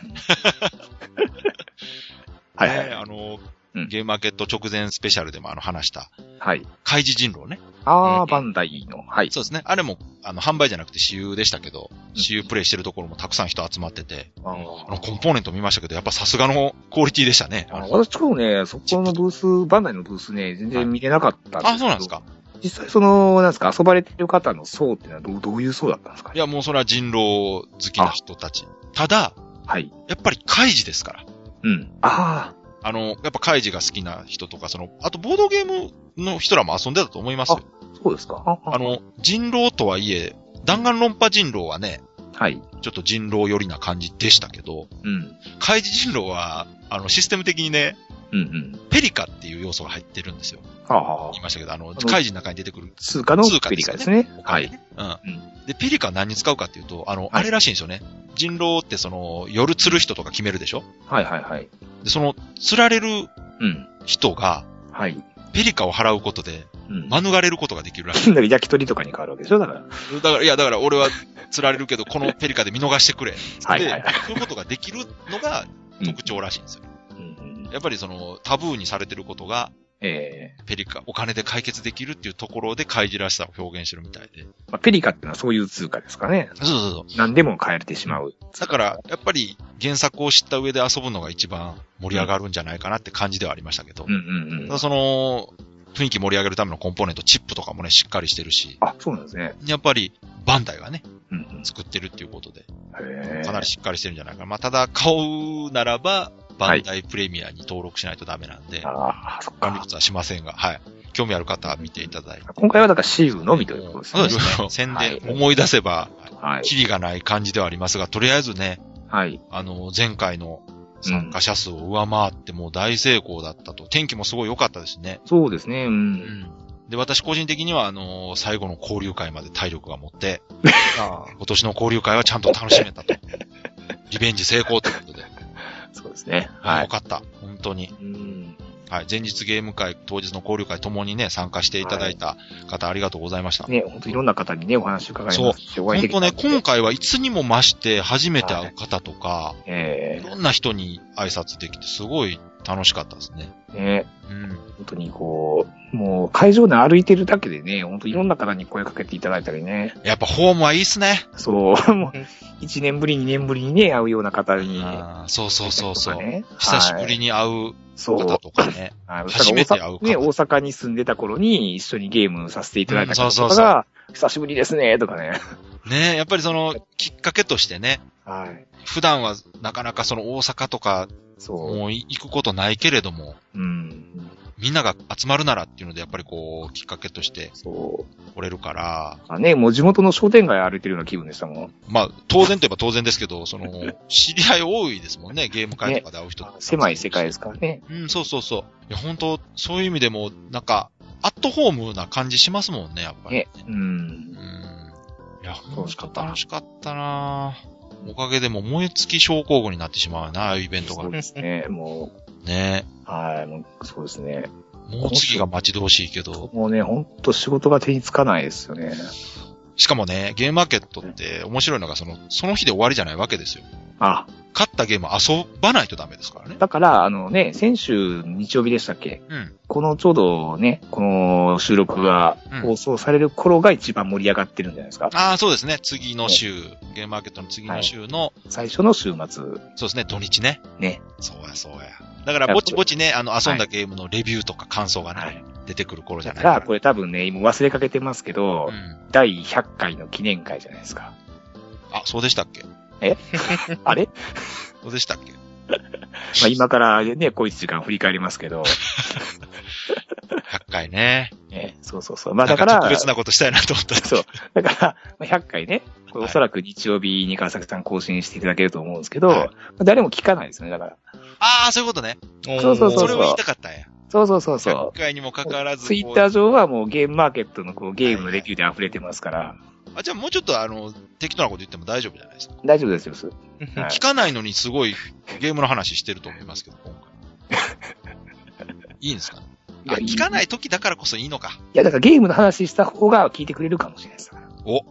はい
ね
は
あ
い。
の、
うん
ゲームマーケット直前スペシャルでもあの話した、
はい。
開示人狼ね。
あ
う
あ、
ん
バンダイの。はい。
そうですね。あれも、あの、販売じゃなくて私有でしたけど、
ん
私有プレイしてるところもたくさん人集まってて、
あ
あの、
ー
コンポーネント見ましたけど、やっぱさすがのクオリティでしたね。
あ
あ
の
の
私ちょっとね、そこのブース、バンダイのブースね、全
はい
然見てなかったんですけど
あ、そうなんですか。
実際その、なんですか、遊ばれてる方の層っていうのはどうどういう層だったんですか
い
ね
や、もうそれは人狼好きな人たち。ただ、
はい。
やっぱり開示ですから。
うん。あ
あの、やっぱカイジが好きな人とか、その、あとボードゲームの人らも遊んでたと思いますよ。
あ、そうですか。
あの、人狼とはいえ、弾丸論破人狼はね、
はい。
ちょっと人狼寄りな感じでしたけど、
うん。
カイジ人狼は、あの、システム的にね、
うんうん。
ペリカっていう要素が入ってるんですよ。
はあ
言い。ましたけど、あの、
の
カイジの中に出てくる。
通貨の
通貨で
ペリ
す
カ
よね
ですね。
お
は
金
い。
ね。うん。で、ペリカ何に使うかっていうと、あの、あれらしいんですよね。人狼ってその、夜釣る人とか決めるでしょ
はいはいはい。
で、その、釣られる
うん。
人が、
はい。
ペリカを払うことで、
うん。
免れることができるらしい。
だから焼き鳥とかに変わるわけでしょだから。
だから、いや、だから俺は釣られるけど、このペリカ で見逃してくれ。
はいはい
で
はい。
そういうことができるのが特徴らしいんですよ。
うんうん
やっぱりその、タブーにされてることが、
ええ
ペリカ、お金で解決できるっていうところで、開示らしさを表現してるみたいで。
まあペリカっていうのはそういう通貨ですかね。
そうそうそう。
何でも変えれてしまう。
だから、やっぱり原作を知った上で遊ぶのが一番盛り上がるんじゃないかなって感じではありましたけど
うん。うん
た
うん
だ。その、雰囲気盛り上げるためのコンポーネント、チップとかもね、しっかりしてるし、
あ、そうなんですね。
やっぱり、バンダイがね、
うんうん。
作ってるっていうことで、
へえ
かなりしっかりしてるんじゃないかな。まあ、ただ、買うならば、バンダイプレミアに登録しないとダメなんで、
ああ、そっ
管理
か。
物はしませんが、はい。興味ある方は見ていただいて。
今回はだから私有のみということです
そう
ね。
ですね。宣伝、
はい
思い出せば、
はい。
キリがない感じではありますが、とりあえずね、
はい。
あの、前回の参加者数を上回ってもう大成功だったと。天気もすごい良かったですね。
そうですね。う。
うんん。で、私個人的には、あの、最後の交流会まで体力が持って、
あー
今年の交流会はちゃんと楽しめた と。リベンジ成功ということで。
そうですね。
は。
はいい
よ。かった。本当に。
うん。
はい。前日ゲーム会、当日の交流会ともにね、参加していただいた方、ありがとうございました。
ね、本当いろんな方にね、お話伺いましたし、お会い
本
でき
当
た
ね、
んで
今回はいつにも増して初めて会う方とか、い
え
ろんな人に挨拶できて、すごい楽しかったですね。
えね、
うん。
本当にこう、もう会場内歩いてるだけでね、本当いろんな方に声かけていただいたりね、
やっぱホームはいいっすね。
そう、もう
うん
1年ぶり、2年ぶりにね、会うような方に、
あーそうそうそうそう。
ね
久しぶり
に。
に会う
そう
方。とかね。
はい
初めて会う方
ね、大阪に住んでた頃に一緒にゲームさせていただいた方
う
と
ん
か
そうそう
が、久しぶりですね、とかね。
ねやっぱりその、きっかけとしてね、
はい。
普段はなかなかその大阪とか、
そ
もう行くことないけれども、
う。うん。
みんなが集まるならっていうので、やっぱりこう、きっかけとして
そう。
来れるから、
あね、もう地元の商店街歩いてるような気分でしたもん。
まあ、当然といえば当然ですけど、そ の、知り合い多いですもんね、ゲーム会とかで会う人、
狭い世界ですからね。
うん、そうそうそう。いや、本当そういう意味でも、なんか、アットホームな感じしますもんね、やっぱり、
ね
ね。。
うん
うん。。いや、
楽しかった
楽しかったなぁおかげでもう燃え尽き症候群になってしまうよな、ああいうイベント
そ
が
う。ですね。も
ね
う、はい、もう、そうですね。
もう次が待ち遠しいけど。
もうね、ほんと仕事が手につかないですよね。
しかもね、ゲームマーケットって面白いのが、その、その日で終わりじゃないわけですよ。
あ、
勝ったゲームは遊ばないとダメですからね。
だから、あのね、先週日曜日でしたっけ
うん。
このちょうどね、この収録が
うん
放送される頃が一番盛り上がってるんじゃないですか。
ああ、そうですね。次の週、ゲームマーケットの次の週の、
最初の週末、
そうですね、土日ね。
ね。
そうや、そうや。だから、ぼちぼちね、あの、遊んだゲームのレビューとか感想がね、
はい
出てくる頃じゃ
だ
な
か、
いからな。
これ多分ね、今忘れかけてますけど、
うん。
第100回の記念会じゃないですか。
あ、そうでしたっけ
あれ
そうでしたっけ
まあ今からね、こういう時間振り返りますけど、
?100 回ね。
ね、そうそうそう。まあ
な
だ
んか
から、
特別なことしたいなと思ったら。
そう。だから、まあ100回ね、これおそらく日曜日に川崎さん更新していただけると思うんですけど、
はい
誰も聞かないですよね、だから。
ああ、そういうことね。
そうそうそう
それを言いたかったんや。
そうそうそうそ
100回にもかかわら
う。
ず。
ツイッター
こ
上はもうゲームマーケットのこうゲームのレビューで溢れてますから、
うあ、じゃあもうちょっとあの、適当なこと言っても大丈夫じゃないですか。
大丈夫ですよ、
うん
はい。
聞かないのにすごいゲームの話してると思いますけど、今回。いいんですかあ、聞かないい時だからこそいいのか。
いや、だからゲームの話した方が聞いてくれるかもしれないです。
い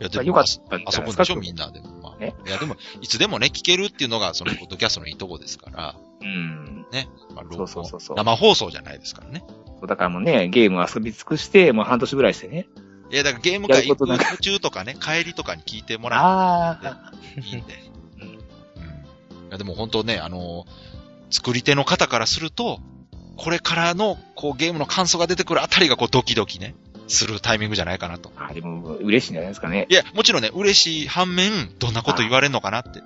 や、でも、
よかったんじ
あ
ゃない
そ
で
こ
すか
でしょ、みんなでも。まあ、
え
いや、でも、いつでもね、聞けるっていうのが、その、ポッドキャストのいいとこですから、
うん。
ね。まあ、録音
そうそうそうそう
生放送じゃないですからね。
だからもうね、ゲーム遊び尽くして、もう半年ぐらいしてね。
いや、だからゲーム会
やる
行
こと
く
なく
途中とかね、帰りとかに聞いてもら
あ
あういいんで。
うん
うん。いや、でも本当ね、あのー作り手の方からすると、これからの、こう、ゲームの感想が出てくるあたりが、こう、ドキドキね、するタイミングじゃないかなと。
あ。あ、でも嬉しいんじゃないですかね。
いや、もちろんね、嬉しい反面、どんなこと言われるのかなって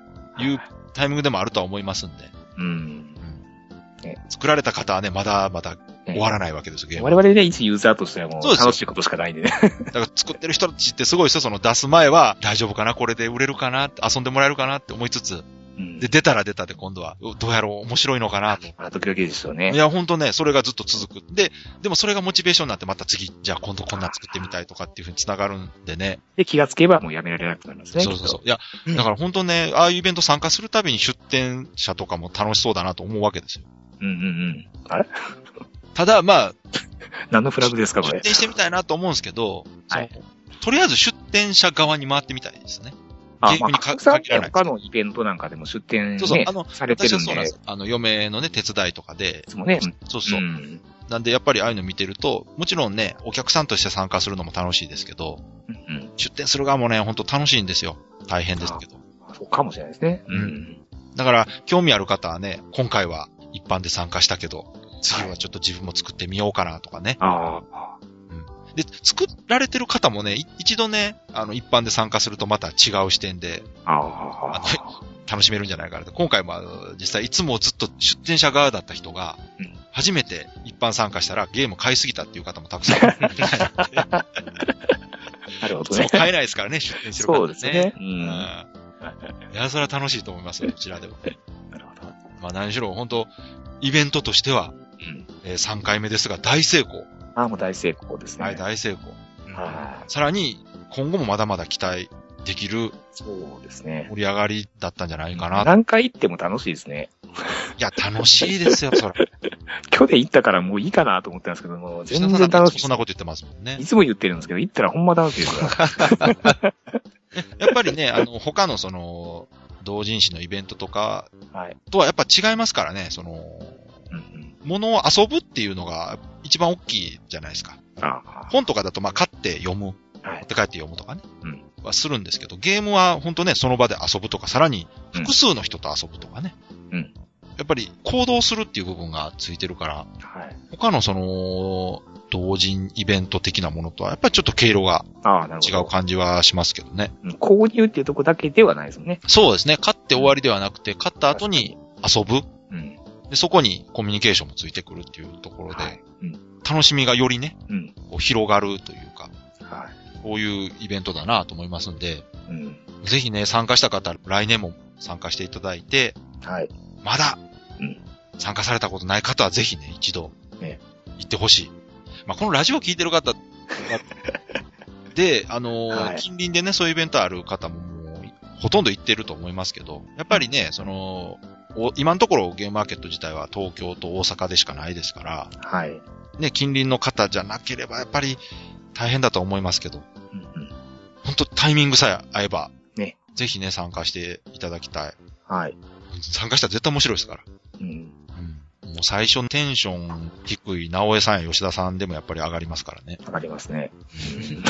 いうタイミングでもあるとは思いますんで。
うん。
作られた方はね、まだまだ
ね
終わらないわけですよ、ゲーム。
我々ね、一ユーザーとしてはも
そうで
う
すよ
楽しいことしかないんでね。
だから作ってる人たちってすごいですよ、その出す前は、大丈夫かなこれで売れるかな遊んでもらえるかなって思いつつ、
うん
で、出たら出たで今度は、うどうやろう面白いのかなと。
まあ、時々ですよ
い
ね。
や、ほんとね、それがずっと続く。で、でもそれがモチベーションになって、また次、じゃあ今度こんなん作ってみたいとかっていうふうに繋がるんでね。
で、気がつけばもうやめられなくなりますね。
そうそうそう
きっ。
いや、だから本当ね、ああいうイベント参加するたびに出展者とかも楽しそうだなと思うわけですよ。
と。うんうんうん。あれ
ただ、まあ、
何のフラグですか、こ
出
れ。
展してみたいなと思うんですけど、
はい
そのとりあえず出展者側に回ってみたいですね。
あ、
ゲー
ま
ムに
あ、た
か
くさん
限らない
他のイベントなんかでも出店ね
そうそうあの
されて
私
る
は
ん
そ
で
うなんで、す。あの、嫁のね、手伝いとかで
い、つもね。
そうそう。
ん
なんで、やっぱりああいうの見てると、もちろんね、お客さんとして参加するのも楽しいですけど、
うんうん。
出展する側もね、ほんと楽しいんですよ。大変ですけど。
そうかもしれないですね。
うん
うん。
だから、興味ある方はね、今回は一般で参加したけど、次はちょっと自分も作ってみようかなとかね。
ああ。
で、作られてる方もね、い一度ね、あの、一般で参加するとまた違う視点で
ああ。
楽しめるんじゃないかなと。今回もあの実際いつもずっと出展者側だった人が
うん、
初めて一般参加したらゲーム買いすぎたっていう方もたくさんい るみたいなんで。
なるほ
い
ど
つ
ね
も。買えないですからね、出展する方
そ
は
うですね。う。
うんん。
ない
や、それは楽しいと思いますよ、こちらでも。
るほど。
まあ何しろ、本当イベントとしては、
うん。
えー3回目ですが、大成功。
ああ、もう大成功ですね。
はい、大成功。
はい。
さらに、今後もまだまだ期待できる
そうですね。
盛り上がりだったんじゃないかな。い
何回行っても楽しいですね。
や、楽しいですよ、そら。
去年行ったからもういいかなと思ったんですけども、 全然
吉田さんなんか
楽し
そ
い
ん。なこと言ってますもんね
い。つも言ってるんですけど、行ったらほんま楽しい ですか。
やっぱりね、あの、他のその、同人誌のイベントとから
はい。
とはやっぱ違いますからね、その、
うんうん。
物を遊ぶっていうのが一番大きいじゃないですか。
ああ。
本とかだとまあ買って読む、
は
持っ
い。
て帰って読むとかね、
うん
はするんですけど、ゲームは本当ね、その場で遊ぶとか、さらに複数の人と遊ぶとかね。
うん
やっぱり行動するっていう部分がついてるから、
はい。
他のその、同人イベント的なものとは、やっぱりちょっと経路が
ああ、なるほ
違
ど。
う感じはしますけどね。
うん購入っていうとこだけではないですもんね。
そうですね。勝って終わりではなくて、勝った後に遊ぶ。
うん。
で、そこにコミュニケーションもついてくるっていうところ
は
で
い、。うん。
楽しみがよりね、
うん。
こう広がるというか、
はい。
こういうイベントだなと思いますんで、
うん。
ぜひね、参加した方、来年も参加していただいて、
はい。
まだ
うん、
参加されたことない方はぜひね、一度、
ね
行ってほしい。まあ、このラジオ聞いてる 方がで、あのー
はい
近隣でね、そういうイベントある方ももう、ほとんど行ってると思いますけど、やっぱりね、その、お今のところゲームマーケット自体は東京と大阪でしかないですから、
はい。うん
ね、近隣の方じゃなければやっぱり大変だと思いますけど、
うん。
本当タイミングさえ合えば、
ね
ぜひね、参加していただきたい。
はい。
参加したら絶対面白いですから。
うん。
うんもう最初のテンション低い直江さんや吉田さんでもやっぱり上がりますからね。
わかりますね。うん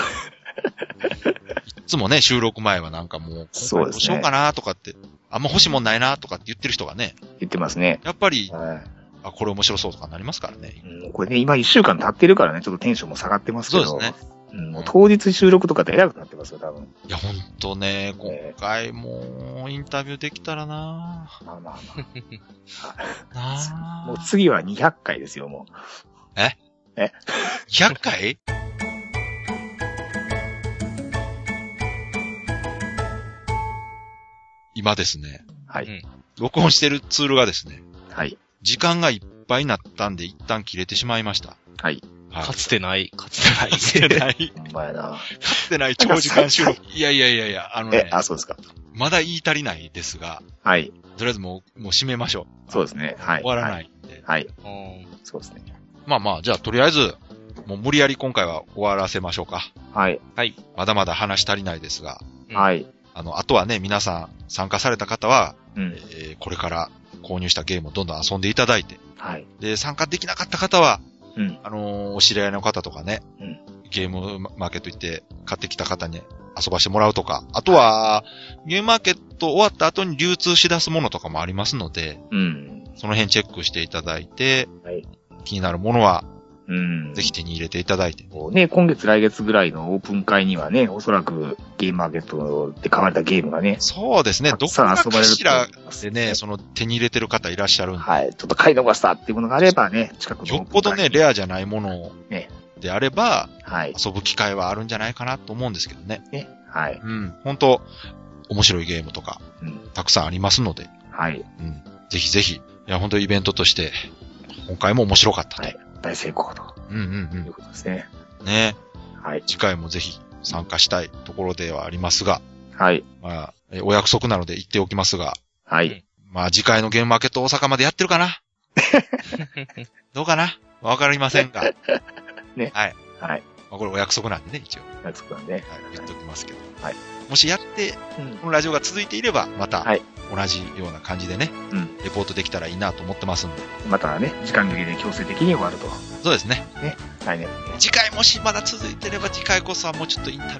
いつもね、収録前はなんかもう、
そう
ど
で
う
すね
しようかなとかって、あんま欲しいもんないなとかって言ってる人がね、
言ってますね。
やっぱり、
は
あ、これ面白そうとかなりますからね
い。。うんこれね、今一週間経ってるからね、ちょっとテンションも下がってますけ
そう
ど。
ですね。
うん。もう当日収録とかで偉くなってますよ、多分。
いや、ほんとね、今
ね
回もインタビューできたらな
まあまあま
ぁな
あ。
ぁ
もう次は200回ですよ、もう。
100回今ですね、
は
う
い。
ん
録音してるツールがですね、
はい。
時間がいっぱいになったんで一旦切れてしまいました。
はい。
はい。
かつてない、かつてない。
かつて ない、か
ほんまやな。
つてない長時間収録。いやいやいやいや、あの
え
ね、、
あ、そうですか。
まだ言い足りないですが、
はい。
とりあえずもう、もう締めましょう。
そうですね。はい。
終わら
は。
ないいんで。
はい。
うん
そうですね。
まあまあ、じゃあとりあえず、もう無理やり今回は終わらせましょうか。
はい。
まだまだ話足りないですが、
はい。
あの、あとはね、皆さん参加された方は、
うん。
えーこれから購入したゲームをどんどん遊んでいただいて、
はい。
で、参加できなかった方は、
うん。
あのーお知り合いの方とかね、
うん
ゲームマーケット行って買ってきた方に遊ばしてもらうとか、あとは、ゲームマーケット終わった後に流通し出すものとかもありますので、
うん。
その辺チェックしていただいて、
はい
気になるものは
うん。
ぜひ手に入れていただいて、
こうね、今月来月ぐらいのオープン会にはね、おそらくゲームマーケットで買われたゲームがね、
そうですね、どこ
さ
か
あ遊ば
か
れる
しら
と思います
でね、その手に入れてる方いらっしゃるんで、
はい。ちょっと買い逃したっていうものがあればね、近くの
よっぽどね、
ア。
レアじゃないもの
ね
であれば、
はい。
遊ぶ機会はあるんじゃないかなと思うんですけどね。
ね。はい。
うん。本当面白いゲームとか
うん、
たくさんありますので、
はい。
うん。ぜひぜひ、いや、本当イベントとして、今回も面白かったと。
はい。大成功と
うんう
いうんことですね。
うん。ね
はい。
次回もぜひ参加したいところではありますが、
はい。
まあ、えお約束なので言っておきますが、
はい。
まあ次回のゲームマーケット大阪までやってるかなどうかなわかりませんが、
はい。
まあこれお約束なんでね、一応。
やつくんね。
はい、言っておきますけど。
はい。
もしやって、
うん
このラジオが続いていれば、また、
はい
同じような感じでね、
うん
レポートできたらいいなと思ってますんで。
またね、時間切れで強制的に終わると。
そうですね。
来年。
次回もしまだ続いてれば、次回こそはもうちょっとインタビ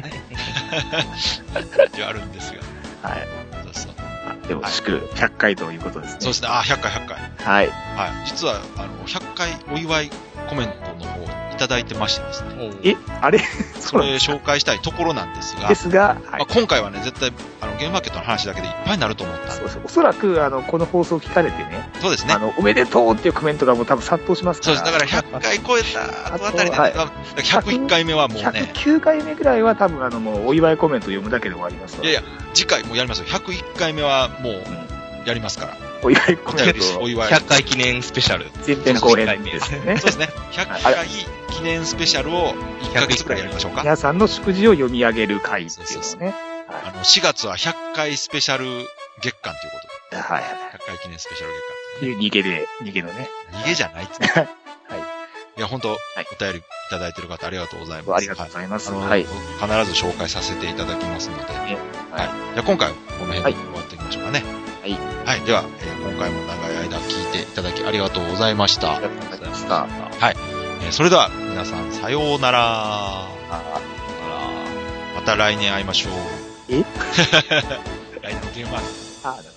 ューで。一応あるんですが。
はい。
そうそう
あでも、祝100回ということですね。
そうですね。あ、100回、100回。
はい。
はい。実は、あの、100回お祝いコメントの方いただいてましてですね。
おう
え、あれ
そ
そうなん
れ紹介したいところなんですが、
ですが、はい
まあ、。今回はね、絶対、あの、ゲームマーケットの話だけでいっぱいになると思ったん
そ
で
うそうおそらく、あの、この放送を聞かれてね、
そうですね
あ。の、おめでとうっていうコメントがもう多分殺到しますか
そう
ら。
です。だから100回超えた後あたりで、
あと
まあ101回目はもうね、
109回目ぐらいは多分あのもうお祝いコメント読むだけで終わりますの
い
で
やいや、次回もやりますよ。101回目はもう、やりますから。
お祝いコ
お
メ
便
ン
りです
ト
お
を
祝い。
100回記念スペシャル。
前編後編ですよね
そうですね。100回記念スペシャルを1ヶ月くらいやりましょうか。
皆さんの祝辞を読み上げる回っていうのをね
あの、4月は100回スペシャル月間ということ
はい
で、100回記念スペシャル
っ
月
ていう逃げで逃げのね
間。逃げじゃないっつって。
い
いや、本当、お便りいただいてる方ありがとうございます。
ありがとうございます
あの、
はい
必ず紹介させていただきますので。はい。
はい
じゃあ今回はこの辺で終わっていきましょうかね。
はい
はい。では、えー今回も長い間聞いていただきありがとうございまし
あ
た。
りがとうございました
えーそれでは皆さんさようなら。また来年会いましょう。
え
来年のゲームは
あなるほど